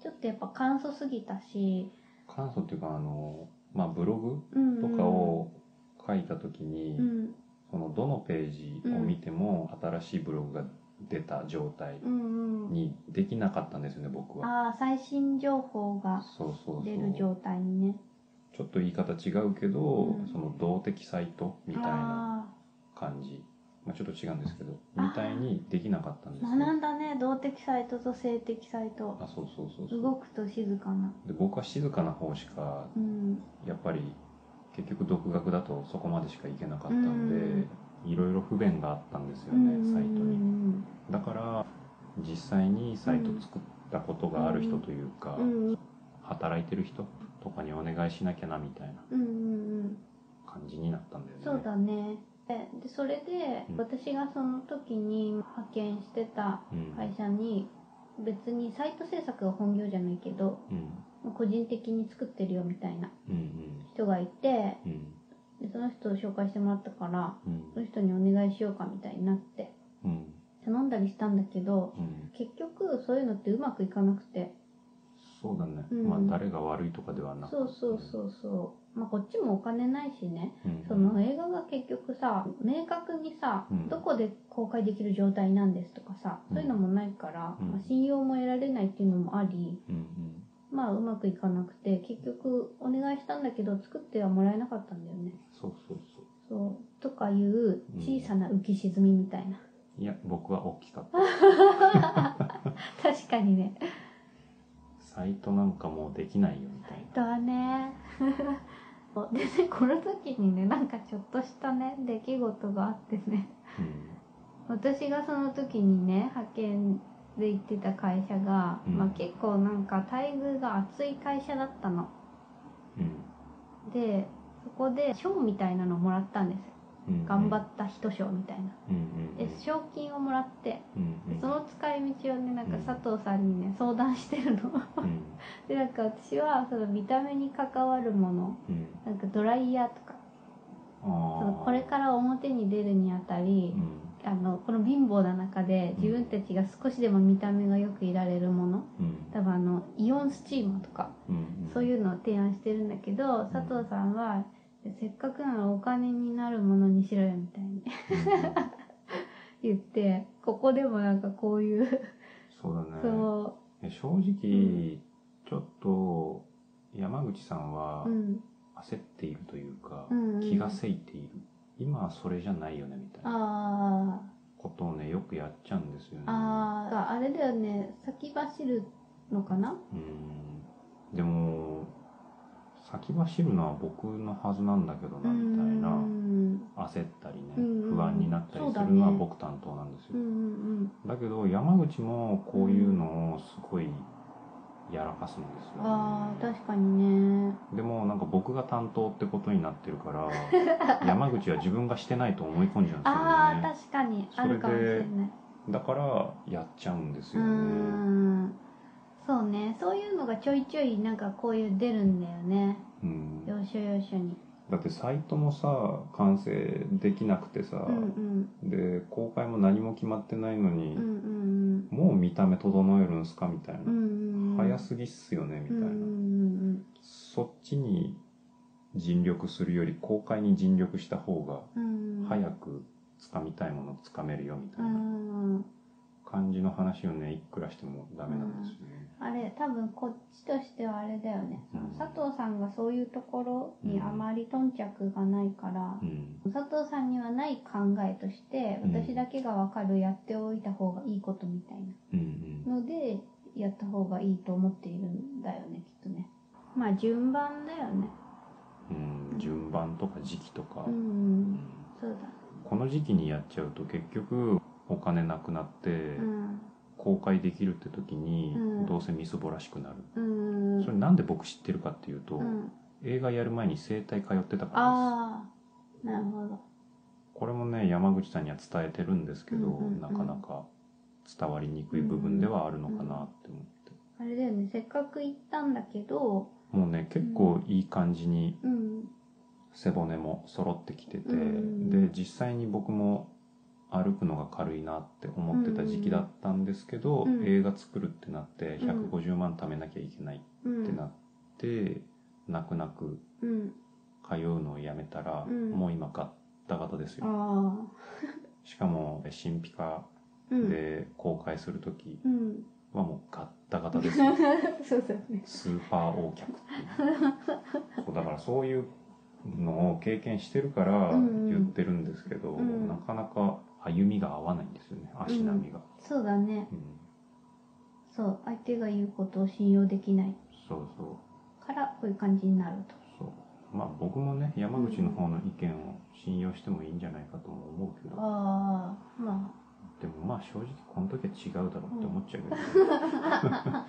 Speaker 2: ちょっとやっぱ簡素すぎたし、
Speaker 1: 簡素っていうかあの、まあ、ブログ
Speaker 2: うんうん
Speaker 1: とかを書いた時に、
Speaker 2: うん
Speaker 1: そのどのページを見ても新しいブログが出た状態
Speaker 2: うんうん
Speaker 1: にできなかったんですよね僕は
Speaker 2: ああ最新情報が
Speaker 1: そうそう
Speaker 2: 出
Speaker 1: そ
Speaker 2: る
Speaker 1: う
Speaker 2: 状態にね
Speaker 1: ちょっと言い方違うけど、
Speaker 2: うん
Speaker 1: その動的サイトみたいな
Speaker 2: あ
Speaker 1: 感じまあ、ちょっと違うんですけど
Speaker 2: あー
Speaker 1: みたいにできなかったんで
Speaker 2: あ
Speaker 1: すよ
Speaker 2: 学んだね動的サイトと静的サイト
Speaker 1: あそうそうそうそう
Speaker 2: 動くと静かな
Speaker 1: で僕は静かな方しか
Speaker 2: うん
Speaker 1: やっぱり結局独学だとそこまでしか行けなかったんで、
Speaker 2: うん
Speaker 1: いろいろ不便があったんですよ
Speaker 2: うん
Speaker 1: ね、
Speaker 2: うん
Speaker 1: サイト
Speaker 2: う
Speaker 1: に
Speaker 2: ん
Speaker 1: だから実際にサイト作ったことがある人というか、
Speaker 2: うん
Speaker 1: 働いてる人とかにお願いしなきゃなみたいな
Speaker 2: うんうんうん
Speaker 1: 感じになったんだよね
Speaker 2: そうだねででそれで
Speaker 1: うん
Speaker 2: 私がその時に派遣してた
Speaker 1: うん、
Speaker 2: 会社に別にサイト制作が本業じゃないけど
Speaker 1: うん
Speaker 2: 個人的に作ってるよみたいな
Speaker 1: うんうん
Speaker 2: 人がいて
Speaker 1: うん
Speaker 2: でその人を紹介してもらったから
Speaker 1: うん
Speaker 2: その人にお願いしようかみたいになって
Speaker 1: うん
Speaker 2: 頼んだりしたんだけど
Speaker 1: うん
Speaker 2: 結局そういうのってうまくいかなくて
Speaker 1: そうだね、
Speaker 2: うん
Speaker 1: まあ誰が悪いとかではなく
Speaker 2: そうそうそうそうまあこっちもお金ないしね
Speaker 1: うん
Speaker 2: その映画が結局さ明確にさ、
Speaker 1: うん
Speaker 2: どこで公開できる状態なんですとかさ、
Speaker 1: うん
Speaker 2: そういうのもないから、
Speaker 1: うん
Speaker 2: まあ、信用も得られないっていうのもあり
Speaker 1: うんうん
Speaker 2: まあうまくいかなくて結局お願いしたんだけど作ってはもらえなかったんだよね
Speaker 1: そうそうそう
Speaker 2: そうとかいう小さな浮き沈みみたいな、
Speaker 1: いや僕は大きかった
Speaker 2: 確かにね
Speaker 1: サイトなんかもうできないよみたいな、
Speaker 2: だね でねこの時にねなんかちょっとしたね出来事があってね
Speaker 1: うん
Speaker 2: 私がその時にね派遣で行ってた会社が、
Speaker 1: うん
Speaker 2: まあ、結構なんか待遇が厚い会社だったの
Speaker 1: うん
Speaker 2: でそこで賞みたいなのもらったんです
Speaker 1: うんうん、
Speaker 2: 頑張った人賞みたいな
Speaker 1: うんうんう
Speaker 2: で
Speaker 1: ん
Speaker 2: 賞金をもらって
Speaker 1: うんうん
Speaker 2: その使い道をねなんか
Speaker 1: うん
Speaker 2: 佐藤さんにね相談してるの
Speaker 1: うん
Speaker 2: でなんか私はその見た目に関わるもの
Speaker 1: うん
Speaker 2: なんかドライヤーとか その
Speaker 1: ああ
Speaker 2: これから表に出るにあたり、
Speaker 1: うん
Speaker 2: あのこの貧乏な中で自分たちが少しでも見た目がよくいられるもの
Speaker 1: うん
Speaker 2: 多分あのイオンスチーマーとか、
Speaker 1: うんうん
Speaker 2: そういうのを提案してるんだけど佐藤さんはせっかくならお金になるものにしろよみたいに
Speaker 1: うんうん
Speaker 2: 言ってここでもなんかこういう、
Speaker 1: そうだね
Speaker 2: そ
Speaker 1: え正直、
Speaker 2: ん
Speaker 1: ちょっと山口さんは
Speaker 2: う、うん、
Speaker 1: 焦っているというか、
Speaker 2: うんうん
Speaker 1: 気がせいている今はそれじゃないよねみたいな
Speaker 2: あ
Speaker 1: ことをねよくやっちゃうんですよね
Speaker 2: ーあーあれだよね先走るのかな
Speaker 1: うんでも先走るのは僕のはずなんだけど
Speaker 2: う
Speaker 1: なみたい
Speaker 2: ん
Speaker 1: な
Speaker 2: うん
Speaker 1: 焦ったりね、
Speaker 2: うんうん
Speaker 1: 不安になったり
Speaker 2: そう
Speaker 1: す
Speaker 2: だね
Speaker 1: るのは僕担当なんですよ
Speaker 2: うんう
Speaker 1: だ,、
Speaker 2: ん
Speaker 1: けど山口もこういうのをすごいやらかすんですよ、ね
Speaker 2: ああ確かにね
Speaker 1: でもなんか僕が担当ってことになってるから 山口は自分がしてないと思い込んじゃうんですよ
Speaker 2: ああ
Speaker 1: ね
Speaker 2: 確かに
Speaker 1: そ
Speaker 2: あ
Speaker 1: れで
Speaker 2: るかもしれない
Speaker 1: だからやっちゃうんです
Speaker 2: うー
Speaker 1: よね
Speaker 2: んそうねそういうのがちょいちょいなんかこういう出るんだよね
Speaker 1: うん
Speaker 2: 要所要所に
Speaker 1: だってサイトもさ完成できなくてさ
Speaker 2: う、ん
Speaker 1: で公開も何も決まってないの
Speaker 2: うん
Speaker 1: に
Speaker 2: う、ん
Speaker 1: もう見た目整えるんすかみたいな、
Speaker 2: うんうんうん
Speaker 1: 早すぎっすよねみた
Speaker 2: う
Speaker 1: い
Speaker 2: んう
Speaker 1: な、
Speaker 2: んうん
Speaker 1: そっちに尽力するより公開に尽力した方が
Speaker 2: うんうん
Speaker 1: 早くつかみたいものつかめるよみた
Speaker 2: う
Speaker 1: いなん感じの話をねいくらしてもダメなんですよね、
Speaker 2: あれ多分こっちとしてはあれだよねその
Speaker 1: うん
Speaker 2: 佐藤さんがそういうところにあまり頓着がないから
Speaker 1: うん
Speaker 2: 佐藤さんにはない考えとして
Speaker 1: うん
Speaker 2: 私だけが分かるやっておいた方がいいことみたいな
Speaker 1: うんうん
Speaker 2: のでやった方がいいと思っているんだよねきっとねまあ順番だよね
Speaker 1: うん順番とか時期とか、
Speaker 2: う
Speaker 1: うん
Speaker 2: んそう
Speaker 1: この時期にやっちゃうと結局お金なくなって、
Speaker 2: だうん
Speaker 1: 公開できるって時に、
Speaker 2: うん
Speaker 1: どうせみすぼらしくなる、
Speaker 2: うん
Speaker 1: それなんで僕知ってるかっていうと、
Speaker 2: うん
Speaker 1: 映画やる前に整体通ってたからです
Speaker 2: ああなるほど
Speaker 1: これもね山口さんには伝えてるんですけど、
Speaker 2: うんうんうん
Speaker 1: なかなか伝わりにくい部分ではあるのかなって思って、
Speaker 2: あれだよねせっかく行ったんだけど
Speaker 1: もうね結構いい感じに
Speaker 2: うん
Speaker 1: 背骨も揃ってきてて、
Speaker 2: うん
Speaker 1: で実際に僕も歩くのが軽いなって思ってた時期だったんですけど、
Speaker 2: うん
Speaker 1: 映画作るってなって
Speaker 2: うん
Speaker 1: 150万貯めなきゃいけない
Speaker 2: うん
Speaker 1: ってなって、泣く泣く
Speaker 2: うん
Speaker 1: 通うのをやめたら、
Speaker 2: うん
Speaker 1: もう今ガッタガタですよ
Speaker 2: ああ
Speaker 1: しかも神秘化
Speaker 2: うん
Speaker 1: で公開する時
Speaker 2: うん
Speaker 1: はもうガッタガタですよ
Speaker 2: そうだよね
Speaker 1: スーパー大客っていうそうだからそういうのを経験してるから
Speaker 2: うんうん
Speaker 1: 言ってるんですけど、
Speaker 2: うん
Speaker 1: なかなか歩みが合わないんですよね足並みが、
Speaker 2: そうだね
Speaker 1: うん
Speaker 2: そう相手が言うことを信用できない
Speaker 1: そうそう
Speaker 2: からこういう感じになると
Speaker 1: そうまあ僕もね山口の方の意見を信用してもいいんじゃないかとも思うけど、
Speaker 2: ああま
Speaker 1: でもまあ正直この時は違うだろうって思っちゃうけどね、
Speaker 2: あ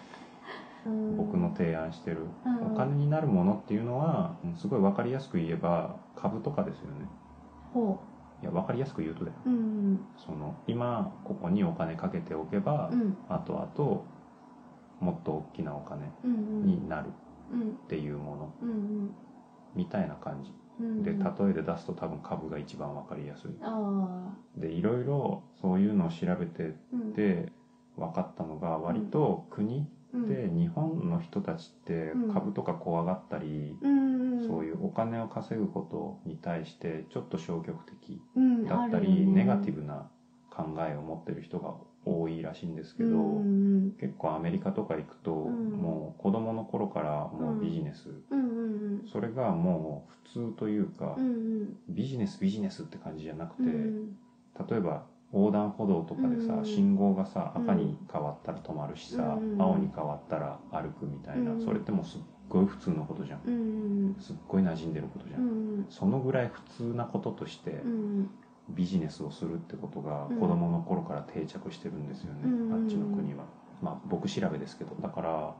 Speaker 2: うん
Speaker 1: 僕の提案してる、
Speaker 2: うん
Speaker 1: お金になるものっていうのはうんすごい分かりやすく言えば株とかですよね
Speaker 2: ほ
Speaker 1: いや分かりやすく言うとだよ
Speaker 2: ううん
Speaker 1: その今ここにお金かけておけば、
Speaker 2: うん
Speaker 1: あとあともっと大きなお金
Speaker 2: うんうん
Speaker 1: になる
Speaker 2: うん
Speaker 1: っていうもの
Speaker 2: うん
Speaker 1: みたいな感じ
Speaker 2: うん
Speaker 1: で例
Speaker 2: うん
Speaker 1: えで出すと多分株が一番分かりやすい
Speaker 2: ああ
Speaker 1: でいろいろそういうのを調べて
Speaker 2: うん
Speaker 1: って分かったのが割と国
Speaker 2: うん
Speaker 1: で日本の人たちって
Speaker 2: うん
Speaker 1: 株とか怖がったり、
Speaker 2: うんうん
Speaker 1: そういうお金を稼ぐことに対してちょっと消極的
Speaker 2: うん
Speaker 1: だったり、
Speaker 2: あるよね
Speaker 1: ネガティブな考えを持ってる人が多いらしいんですけど、
Speaker 2: うん
Speaker 1: 結構アメリカとか行くと、
Speaker 2: ん
Speaker 1: もう子供の頃からもうビジネス、
Speaker 2: うんうん
Speaker 1: それがもう普通というか、
Speaker 2: うんうん
Speaker 1: ビジネスビジネスって感じじゃなく
Speaker 2: う
Speaker 1: て、
Speaker 2: ん
Speaker 1: 例えば横断歩道とかでさ、
Speaker 2: うん
Speaker 1: 信号がさ赤に変わったら止まるしさ、
Speaker 2: うん
Speaker 1: 青に変わったら歩くみたいな、
Speaker 2: うん
Speaker 1: それってもうすっごい普通のことじゃん、
Speaker 2: うんうん
Speaker 1: すっごい馴染んでることじゃ、
Speaker 2: うんん
Speaker 1: そのぐらい普通なこととして、
Speaker 2: うん
Speaker 1: ビジネスをするってことが
Speaker 2: うん
Speaker 1: 子供の頃から定着してるんですよね、
Speaker 2: うん
Speaker 1: あっちの国はまあ僕調べですけどだから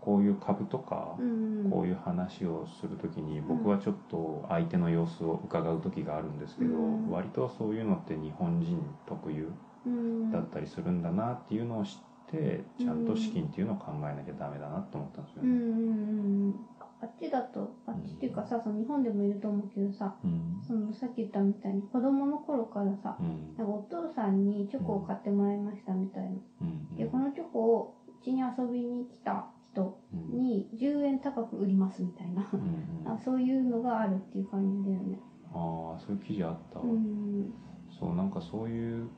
Speaker 1: こういう株とか、
Speaker 2: うん
Speaker 1: こういう話をする時に僕はちょっと相手の様子を伺う時があるんですけど、
Speaker 2: うん
Speaker 1: 割とそういうのって日本人特有
Speaker 2: うん
Speaker 1: だったりするんだなっていうのを知って
Speaker 2: うん
Speaker 1: ちゃんと資金っていうのを考えなきゃダメだなと思ったんですよ
Speaker 2: う
Speaker 1: ね。
Speaker 2: んうんうんあっちだとあっちっていうかさその日本でもいると思うけどさ
Speaker 1: うん
Speaker 2: そのさっき言ったみたいに子供の頃からさ
Speaker 1: うん
Speaker 2: なんかお父さんにチョコを買ってもらいましたみたいな、
Speaker 1: うん
Speaker 2: でこのチョコをうちに遊びに来た人
Speaker 1: うん
Speaker 2: に10円高く売りますみたいな
Speaker 1: うんうん
Speaker 2: あそういうのがあるっていう感じだよね
Speaker 1: ああそういう記事あったわ、
Speaker 2: うん
Speaker 1: そうなんかそういう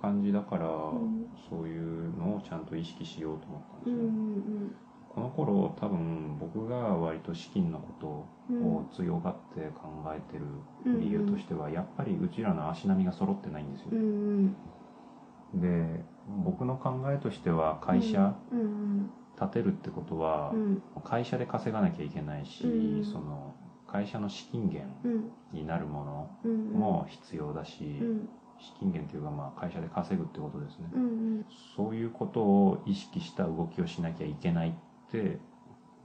Speaker 1: 感じだから、
Speaker 2: ん
Speaker 1: そういうのをちゃんと意識しようと思ったんで
Speaker 2: う
Speaker 1: すよ、
Speaker 2: んうん
Speaker 1: この頃多分僕が割と資金のことを
Speaker 2: うん
Speaker 1: を強がって考えて
Speaker 2: うんう
Speaker 1: る
Speaker 2: ん
Speaker 1: 理由としてはやっぱりうちらの足並みが揃ってないんですよ
Speaker 2: う、ん
Speaker 1: で僕の考えとしては会社
Speaker 2: うんうん
Speaker 1: 建てるってことは
Speaker 2: うん
Speaker 1: 会社で稼がなきゃいけないし、
Speaker 2: うん
Speaker 1: その会社の資金源
Speaker 2: うん
Speaker 1: になるも
Speaker 2: うん
Speaker 1: のも必要だし、
Speaker 2: うん
Speaker 1: 資金源というかまあ会社で稼ぐってことですね、
Speaker 2: うん
Speaker 1: そういうことを意識した動きをしなきゃいけないって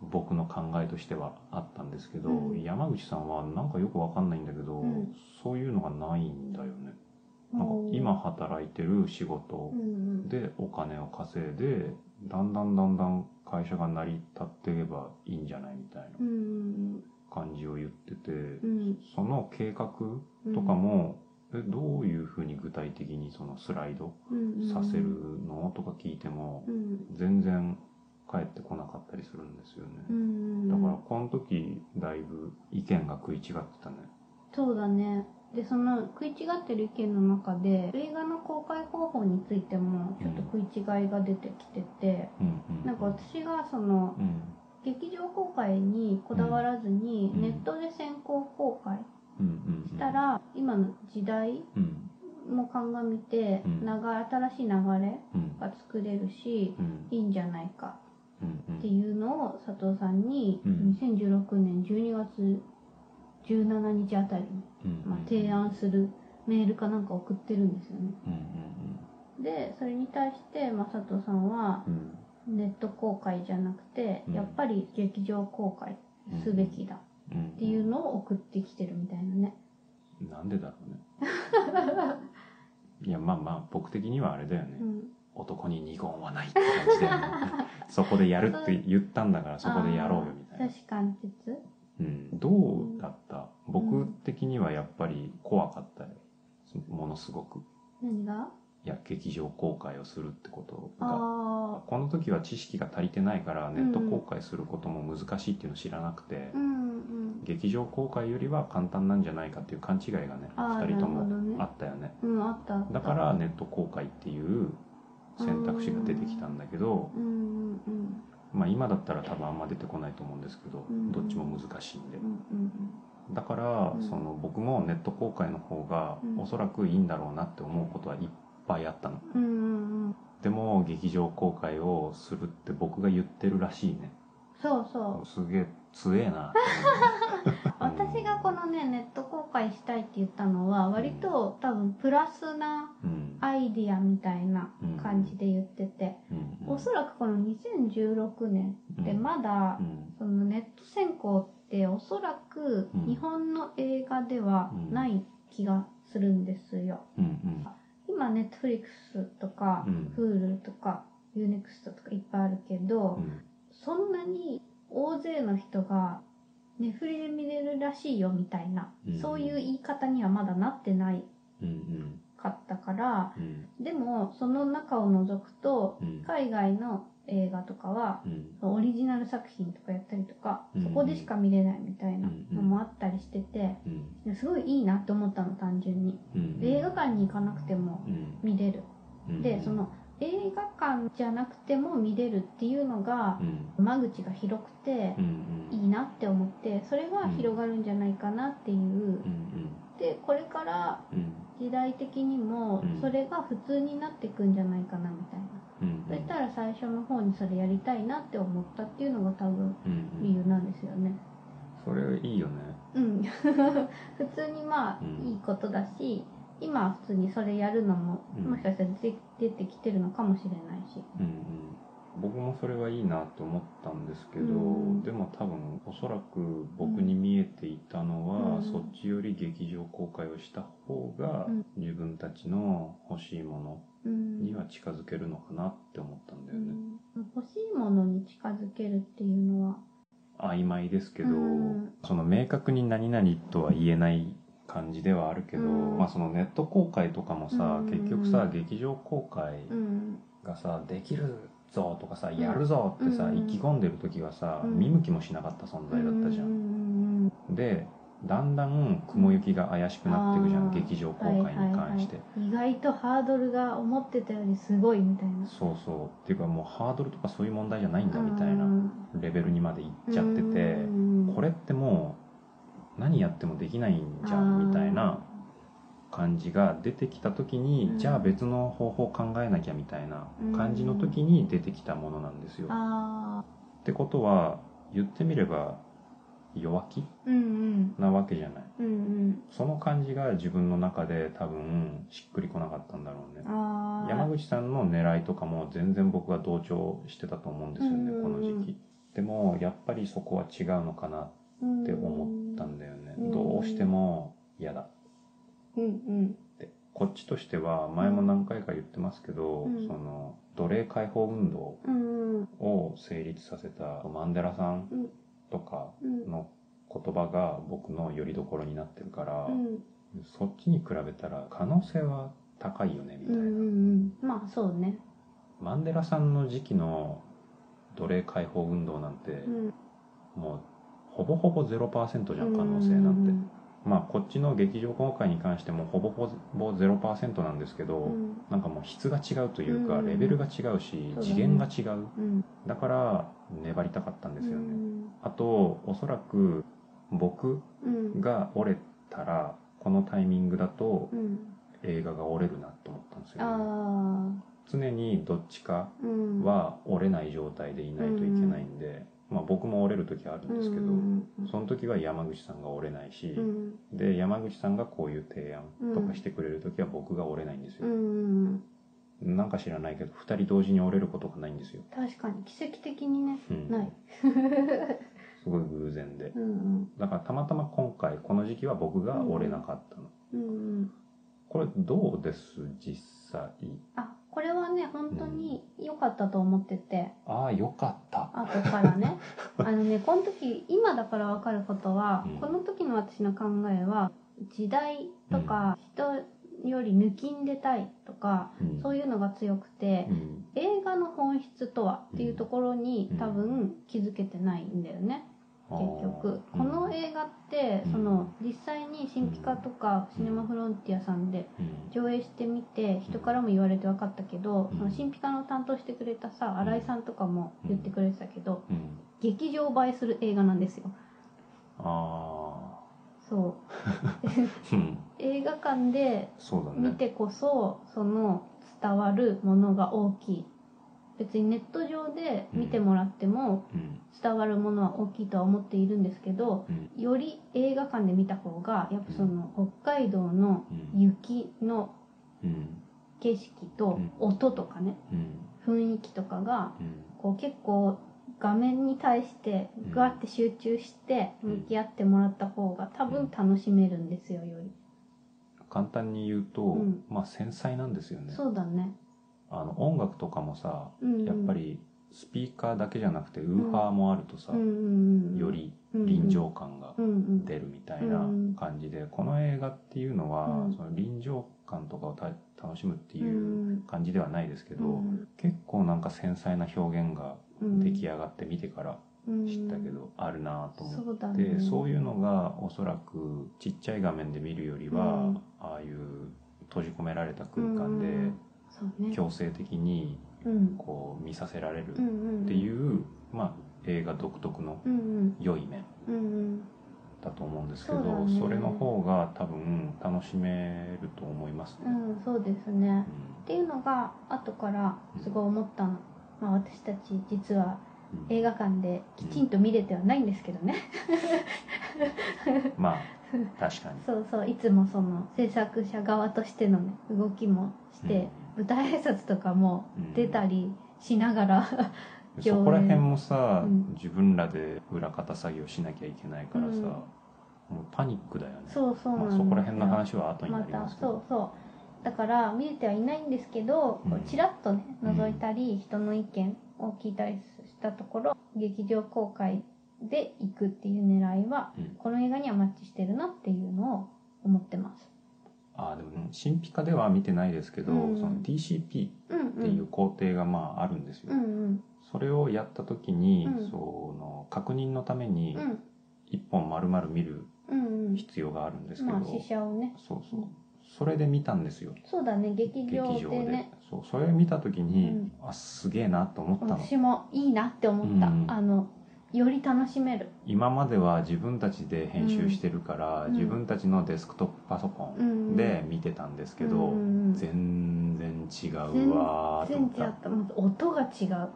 Speaker 1: 僕の考えとしてはあったんですけど、
Speaker 2: うん
Speaker 1: 山口さんはなんかよくわかんないんだけど、
Speaker 2: うん
Speaker 1: そういうのがないんだよね。
Speaker 2: う
Speaker 1: なんか
Speaker 2: ん
Speaker 1: 今働いてる仕事
Speaker 2: うん
Speaker 1: でお金を稼いでだんだんだんだん会社が成り立っていけばいいんじゃないみたいな
Speaker 2: うんうん
Speaker 1: 感じを言ってて、
Speaker 2: うん
Speaker 1: その計画とかも、えどういうふうに具体的にそのスライドさせるのとか聞いても
Speaker 2: う、ん
Speaker 1: 全然帰ってこなかったりするんですよね、
Speaker 2: うん
Speaker 1: だからこの時だいぶ意見が食い違ってたね
Speaker 2: そうだねでその食い違ってる意見の中で映画の公開方法についてもちょっと食い違いが出てきてて、
Speaker 1: うんうん
Speaker 2: なんか私がその
Speaker 1: うん
Speaker 2: 劇場公開にこだわらずに
Speaker 1: うん
Speaker 2: ネットで先行公開
Speaker 1: うんうんうん
Speaker 2: したら今の時代
Speaker 1: うん
Speaker 2: も鑑みて
Speaker 1: うん
Speaker 2: 流新しい流れ
Speaker 1: うん
Speaker 2: が作れるし
Speaker 1: うん
Speaker 2: いいんじゃないか
Speaker 1: うんう
Speaker 2: って
Speaker 1: ん
Speaker 2: いうのを佐藤さんに
Speaker 1: うん
Speaker 2: 2016年12月17日あたりに、
Speaker 1: うん
Speaker 2: まあ、提案するメールかなんか送ってるんですよね
Speaker 1: うん
Speaker 2: でそれに対して、まあ、佐藤さんは
Speaker 1: うんうん
Speaker 2: ネット公開じゃなくて、
Speaker 1: うん
Speaker 2: やっぱり劇場公開すべきだ
Speaker 1: うん
Speaker 2: っていうのを送ってきてるみたいなね
Speaker 1: なんでだろうねいやまあまあ僕的にはあれだよね、
Speaker 2: うん
Speaker 1: 男に二言はないって感じだよね そこでやるって言ったんだからそこでやろうよみたい
Speaker 2: あ
Speaker 1: な
Speaker 2: ー、確かに鉄
Speaker 1: うん、どうだった
Speaker 2: う
Speaker 1: 僕
Speaker 2: ん
Speaker 1: 的にはやっぱり怖かったよものすごく
Speaker 2: 何が
Speaker 1: いや劇場公開をするってことが
Speaker 2: ああ
Speaker 1: この時は知識が足りてないからネット
Speaker 2: うん
Speaker 1: 公開することも難しいっていうのを知らなくて、
Speaker 2: うんうん
Speaker 1: 劇場公開よりは簡単なんじゃないかっていう勘違いがね
Speaker 2: あー
Speaker 1: 2人と
Speaker 2: なるほどね
Speaker 1: もあったよね
Speaker 2: うんあったあった
Speaker 1: だからネット公開っていう選択肢が出てきたんだけど、
Speaker 2: うんうんうん
Speaker 1: まあ、今だったら多分あんま出てこないと思うんですけど、
Speaker 2: うん
Speaker 1: どっちも難しいんで
Speaker 2: うんうん
Speaker 1: だから、
Speaker 2: うん
Speaker 1: その僕もネット公開の方が
Speaker 2: うん
Speaker 1: おそらくいいんだろうなって思うことはいっぱいあったの
Speaker 2: うんうんうん
Speaker 1: でも劇場公開をするって僕が言ってるらしいね
Speaker 2: そうそう
Speaker 1: すげえ強えなって思う
Speaker 2: 私がこのねネット公開したいって言ったのは割と多分プラスな
Speaker 1: うん
Speaker 2: アイディアみたいな感じで言ってて、
Speaker 1: うんうん
Speaker 2: おそらくこの2016年ってまだ、
Speaker 1: うん
Speaker 2: そのネット選考っておそらく
Speaker 1: うん
Speaker 2: 日本の映画ではない気がするんですよ、
Speaker 1: うんうん
Speaker 2: 今ネットフリックスとか、
Speaker 1: うん
Speaker 2: Hulu とか UNEXT とかいっぱいあるけど、そんなに大勢の人がネフリで見れるらしいよみたいな、
Speaker 1: うん
Speaker 2: そういう言い方にはまだなってない
Speaker 1: うんうん
Speaker 2: かったから
Speaker 1: うん
Speaker 2: でもその中を除くと
Speaker 1: うん
Speaker 2: 海外の映画とかは
Speaker 1: うん
Speaker 2: オリジナル作品とかやったりとか
Speaker 1: うん
Speaker 2: そこでしか見れないみたいなのもあったりしてて
Speaker 1: うん
Speaker 2: すごいいいなって思ったの単純に
Speaker 1: うん
Speaker 2: で映画館に行かなくても
Speaker 1: うん
Speaker 2: 見れる
Speaker 1: うん
Speaker 2: でその映画館じゃなくても見れるっていうのが
Speaker 1: うん
Speaker 2: 間口が広くて
Speaker 1: うんう
Speaker 2: い
Speaker 1: ん
Speaker 2: いなって思ってそれが広がるんじゃないかなっていう
Speaker 1: うん
Speaker 2: でこれから
Speaker 1: うんうん
Speaker 2: 時代的にも
Speaker 1: うん
Speaker 2: それが普通になっていくんじゃないかなみたいな、
Speaker 1: うん
Speaker 2: そしたら最初の方にそれやりたいなって思ったっていうのが多分
Speaker 1: うんう
Speaker 2: 理
Speaker 1: ん
Speaker 2: 由なんですよね
Speaker 1: それいいよね
Speaker 2: うん 普通にまあ
Speaker 1: うん
Speaker 2: いいことだし今は普通にそれやるのも
Speaker 1: うん
Speaker 2: もしかしたら出て出てきてるのかもしれないし
Speaker 1: うんうん僕もそれはいいなと思ったんですけど、
Speaker 2: うん
Speaker 1: でも多分おそらく僕に見えていたのは、
Speaker 2: うん
Speaker 1: そっちより劇場公開をした方が
Speaker 2: うん
Speaker 1: 自分たちの欲しいも
Speaker 2: うん
Speaker 1: のには近づけるのかなって思ったんだ
Speaker 2: う
Speaker 1: よね、
Speaker 2: ん欲しいものに近づけるっていうのは
Speaker 1: 曖昧ですけど、
Speaker 2: うん
Speaker 1: その明確に何々とは言えない感じではあるけど、
Speaker 2: うん
Speaker 1: まあ、そのネット公開とかもさ、
Speaker 2: うん
Speaker 1: 結局さ劇場公開
Speaker 2: うん
Speaker 1: がさできるぞとかさ、
Speaker 2: ん
Speaker 1: やるぞってさ、
Speaker 2: うん
Speaker 1: 意気込んでる時はさ、
Speaker 2: うん
Speaker 1: 見向きもしなかった存在だったじゃ
Speaker 2: うん
Speaker 1: ん。
Speaker 2: うん
Speaker 1: でだんだん雲行きが怪しくなっていくじゃん、
Speaker 2: あー
Speaker 1: 劇場公
Speaker 2: うんうん
Speaker 1: 開に関して。
Speaker 2: はいはいはい、意外とハードルが思ってたよりすごいみたいな
Speaker 1: そうそうっていうかもうハードルとかそういう問題じゃないんだみたい
Speaker 2: うんう
Speaker 1: なんレベルにまでいっ
Speaker 2: うん
Speaker 1: ちゃってて。
Speaker 2: うんうん
Speaker 1: これってもう何やってもできないんじゃ
Speaker 2: あー
Speaker 1: んみたいな感じが出てきた時に、
Speaker 2: うん
Speaker 1: じゃあ別の方法考えなきゃみたいな感じの時に出てきたものなんですよ。っ
Speaker 2: あ
Speaker 1: てことは言ってみれば弱気
Speaker 2: あうんうん
Speaker 1: なわけじゃない。
Speaker 2: うん
Speaker 1: その感じが自分の中で多分しっくりこなかったんだろうね
Speaker 2: うん。ああ
Speaker 1: 山口さんの狙いとかも全然僕は同調してたと思うんですよね、
Speaker 2: うん
Speaker 1: この時期。でもやっぱりそこは違うのかな
Speaker 2: っ
Speaker 1: って思ったんだよね、
Speaker 2: うん
Speaker 1: どうしても嫌だっ
Speaker 2: うんうん
Speaker 1: てこっちとしては前も何回か言ってますけど、
Speaker 2: うん
Speaker 1: その奴隷解放運動
Speaker 2: うん
Speaker 1: を成立させたマンデラさん
Speaker 2: うん
Speaker 1: とか
Speaker 2: うん
Speaker 1: の言葉が僕の拠り所になってるから、
Speaker 2: うん
Speaker 1: そっちに比べたら可能性は高いよねみ
Speaker 2: う
Speaker 1: たいな、
Speaker 2: んうんまあそうね
Speaker 1: マンデラさんの時期の奴隷解放運動なんて、
Speaker 2: うん
Speaker 1: もうほぼほぼ0%じゃん可能性なんて、まあ、こっちの劇場公開に関してもほぼほぼ0%なんですけど、
Speaker 2: うん
Speaker 1: なんかもう質が違うというか、
Speaker 2: うん
Speaker 1: レベルが違うし
Speaker 2: そうだね
Speaker 1: 次元が違う
Speaker 2: うん
Speaker 1: だから粘りたかったんですよね、
Speaker 2: うん
Speaker 1: あとおそらく僕
Speaker 2: うん
Speaker 1: が折れたらこのタイミングだと
Speaker 2: うん
Speaker 1: 映画が折れるなと思ったんですよね
Speaker 2: あ
Speaker 1: 常にどっちか
Speaker 2: うん、
Speaker 1: は折れない状態でいないといけないんで、まあ、僕も折れる時あるんですけど、
Speaker 2: うんうん
Speaker 1: その時は山口さんが折れないし、
Speaker 2: うん
Speaker 1: で山口さんがこういう提案とかしてくれる時は僕が折れないんです
Speaker 2: う
Speaker 1: よ、
Speaker 2: んうん、
Speaker 1: なんか知らないけど2人同時に折れることがないんですよ、
Speaker 2: 確かに奇跡的にね
Speaker 1: うん
Speaker 2: ない
Speaker 1: すごい偶然で
Speaker 2: うん
Speaker 1: だからたまたま今回この時期は僕が折れなかったの、
Speaker 2: うんうんうん
Speaker 1: これどうです実際
Speaker 2: あこれはね本当に良かったと思ってて、
Speaker 1: ああよかった
Speaker 2: 後からねあのねこの時今だから分かることは、
Speaker 1: うん
Speaker 2: この時の私の考えは時代とか人より抜きんでたいとか、
Speaker 1: うん
Speaker 2: そういうのが強くて、
Speaker 1: うん
Speaker 2: 映画の本質とはっていうところに、
Speaker 1: うん
Speaker 2: 多分気づけてないんだよね、
Speaker 1: あー
Speaker 2: 結局
Speaker 1: う
Speaker 2: こ
Speaker 1: ん
Speaker 2: の映画って、
Speaker 1: うん
Speaker 2: その実際に新ピカとかシネマフロンティアさんで
Speaker 1: うん
Speaker 2: 上映してみて人からも言われて分かったけど、
Speaker 1: うん
Speaker 2: その新ピカの担当してくれたさ新井さんとかも言ってくれてたけど、
Speaker 1: うん
Speaker 2: 劇場映えする映画なんですよ
Speaker 1: あ
Speaker 2: そう
Speaker 1: あうん
Speaker 2: 映画館で
Speaker 1: そうだね
Speaker 2: 見てこそその伝わるものが大きい別にネット上で見てもらっても
Speaker 1: うん
Speaker 2: 伝わるものは大きいとは思っているんですけど
Speaker 1: うん
Speaker 2: より映画館で見た方がやっぱその北海道の雪の
Speaker 1: うん
Speaker 2: 景色と音とかね
Speaker 1: うん
Speaker 2: 雰囲気とかが
Speaker 1: うん
Speaker 2: こう結構画面に対してグワって集中して
Speaker 1: うん
Speaker 2: 向き合ってもらった方が多分楽しめるんですよより
Speaker 1: 簡単に言うと、
Speaker 2: うん
Speaker 1: まあ繊細なんですよね
Speaker 2: そうだね
Speaker 1: あの音楽とかもさ
Speaker 2: うんうん
Speaker 1: やっぱりスピーカーだけじゃなくてウーファーもあるとさ、
Speaker 2: うんうんうん
Speaker 1: より臨場感が
Speaker 2: うんうん
Speaker 1: 出るみたいな感じで、この映画っていうのは、
Speaker 2: うん
Speaker 1: その臨場感とかをた楽しむって
Speaker 2: う
Speaker 1: いうん感じではないですけど、
Speaker 2: うん
Speaker 1: 結構なんか繊細な表現が
Speaker 2: うん
Speaker 1: 出来上がって見てから知ったけど、あるなと思って。
Speaker 2: そうだね
Speaker 1: でそういうのがおそらくちっちゃい画面で見るよりは、
Speaker 2: うん
Speaker 1: ああいう閉じ込められた空間で
Speaker 2: そうね
Speaker 1: 強制的に
Speaker 2: うん
Speaker 1: こう見させられる
Speaker 2: うんうん
Speaker 1: っていう、まあ、映画独特の
Speaker 2: うんうん
Speaker 1: 良い面
Speaker 2: うんうん
Speaker 1: だと思うんですけど
Speaker 2: そうだ
Speaker 1: そ,、
Speaker 2: ね
Speaker 1: れの方が多分楽しめると思いますね。
Speaker 2: うんそうですね
Speaker 1: うん
Speaker 2: っていうのが後からすごい思ったの、まあ、私たち実は
Speaker 1: うん
Speaker 2: 映画館できちんと見れてはないんですけどね、
Speaker 1: まあ確かに
Speaker 2: そうそういつもその制作者側としてのね動きもして、舞台挨拶とかも出たりしながら、
Speaker 1: そこら辺もさ、
Speaker 2: うん
Speaker 1: 自分らで裏方作業しなきゃいけないからさ、
Speaker 2: うん
Speaker 1: もうパニックだよね
Speaker 2: そうそうな
Speaker 1: まあ、
Speaker 2: んです
Speaker 1: そ
Speaker 2: よ
Speaker 1: こら辺の話は後にな
Speaker 2: ま
Speaker 1: りま
Speaker 2: た
Speaker 1: すけ
Speaker 2: そ
Speaker 1: ど、
Speaker 2: うそうだから見れてはいないんですけど、
Speaker 1: うん
Speaker 2: こうちらっとね覗いたり、人の意見を聞いたりしたところ劇場公開で行くっていう狙いは、
Speaker 1: うん
Speaker 2: この映画にはマッチしてるなっていうのを思ってます。
Speaker 1: ああでもね新ピカでは見てないですけど、
Speaker 2: うん
Speaker 1: その DCP っ
Speaker 2: うんう
Speaker 1: ていうん工程がまああるんですよ、
Speaker 2: うんうん
Speaker 1: それをやった時に、
Speaker 2: うん
Speaker 1: その確認のために
Speaker 2: うん
Speaker 1: 一本丸々見る
Speaker 2: うんうん
Speaker 1: 必要があるんですけ
Speaker 2: ま
Speaker 1: ど、
Speaker 2: あ試写をね
Speaker 1: そうそうそれで見たんですよ
Speaker 2: そうだね劇
Speaker 1: 劇
Speaker 2: 場
Speaker 1: 場
Speaker 2: で
Speaker 1: で
Speaker 2: ね
Speaker 1: そうそれ見た時に、
Speaker 2: うん
Speaker 1: あすげえなと思ったの
Speaker 2: 私もいいなって思った、
Speaker 1: うん
Speaker 2: あのより楽しめる
Speaker 1: 今までは自分たちで編集してるから、
Speaker 2: うん
Speaker 1: 自分たちのデスクトップパソコンで見てたんですけど、
Speaker 2: うんうんうん
Speaker 1: 全然違うわーと思
Speaker 2: 全
Speaker 1: った
Speaker 2: 然あったまず音が違う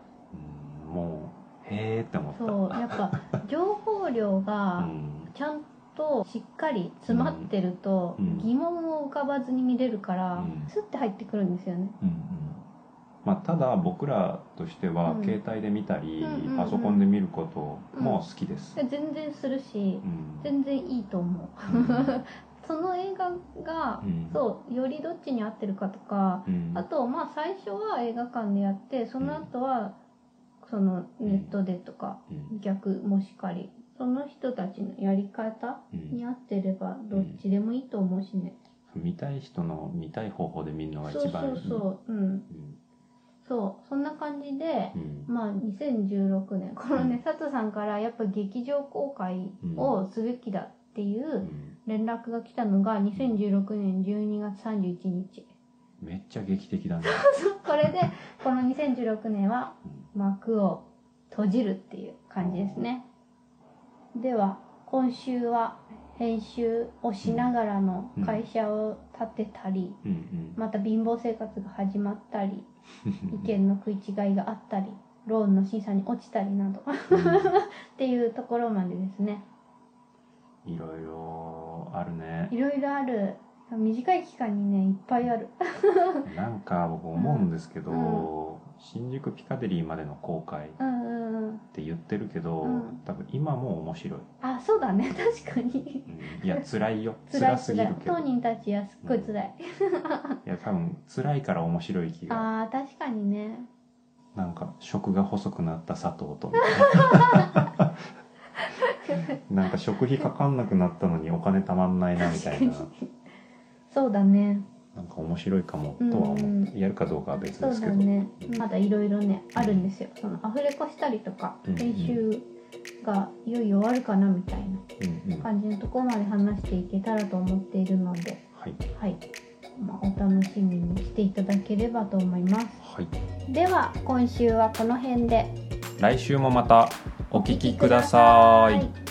Speaker 1: うんもうへえって思った
Speaker 2: そうやっぱ情報量
Speaker 1: う
Speaker 2: が
Speaker 1: ん
Speaker 2: ちゃんとしっかり詰まってると
Speaker 1: うん
Speaker 2: 疑問を浮かばずに見れるから、
Speaker 1: うん
Speaker 2: スッて入ってくるんですよね
Speaker 1: うんうんまあ、ただ僕らとしては
Speaker 2: うん
Speaker 1: 携帯で見たり、
Speaker 2: うんうんうん
Speaker 1: パソコンで見ることも好きです、
Speaker 2: で全然するし
Speaker 1: うん
Speaker 2: 全然いいと思うその映画が、
Speaker 1: うん
Speaker 2: そうよりどっちに合ってるかとか
Speaker 1: うん
Speaker 2: あとまあ最初は映画館でやってその後はそのネットでとか
Speaker 1: うん
Speaker 2: 逆もしかりその人たちのやり方
Speaker 1: うん
Speaker 2: に合ってればどっちでもいいと思うしね、
Speaker 1: 見たい人の見たい方法で見るのが
Speaker 2: そう
Speaker 1: 一
Speaker 2: そ
Speaker 1: 番いいう
Speaker 2: そううん
Speaker 1: うん
Speaker 2: そうそんな感じで
Speaker 1: う、ん
Speaker 2: まあ2016年この
Speaker 1: う
Speaker 2: ね佐藤さんからやっぱ劇場公開をすべきだっていううん連絡が来たのが2016年12月31日
Speaker 1: めっちゃ劇的だ ね、
Speaker 2: これでこの2016年は
Speaker 1: うん
Speaker 2: 幕を閉じるっていう感じですねでは今週は編集をしながらの会社を立てたり、
Speaker 1: うんうん
Speaker 2: また貧乏生活が始まったり、意 見の食い違いがあったり、ローンの審査に落ちたりなど、っていうところまでですね。
Speaker 1: いろいろあるね
Speaker 2: いろいろある、短い期間にね、いっぱいある。
Speaker 1: なんか僕思うんですけど、
Speaker 2: う
Speaker 1: 新宿ピカデリーまでの公開っ
Speaker 2: うんうんうん。
Speaker 1: て言ってるけど、
Speaker 2: うん
Speaker 1: 多分今も面 白い、
Speaker 2: あ、そうだね、確かに。
Speaker 1: うんいや辛いよ
Speaker 2: 辛い
Speaker 1: 辛すぎ
Speaker 2: 辛い
Speaker 1: る。けど
Speaker 2: 当人たちはすっごい辛い。
Speaker 1: いや多分辛いから面白い気が
Speaker 2: ああ、確かにね。
Speaker 1: なんか食が細くなった佐藤 となんか食費かかんなくなったのにお金たまんないなみたいな
Speaker 2: 確そうだね。
Speaker 1: なんか面白いかもとは思ってやるかどうかは別
Speaker 2: そ
Speaker 1: で
Speaker 2: う
Speaker 1: す
Speaker 2: だ
Speaker 1: けど、
Speaker 2: ね
Speaker 1: うん
Speaker 2: まだいろいろねあるんですよそのアフレコしたりとか
Speaker 1: うん
Speaker 2: 編集がいよいよ終わるかなみたい
Speaker 1: うんうん
Speaker 2: な
Speaker 1: は
Speaker 2: 感じのところまで話していけたらと思っているので
Speaker 1: い
Speaker 2: はい、まあ、お楽しみにしていただければと思います
Speaker 1: はい
Speaker 2: では今週はこの辺で
Speaker 1: 来週もまたお聞きください。
Speaker 2: お聞きください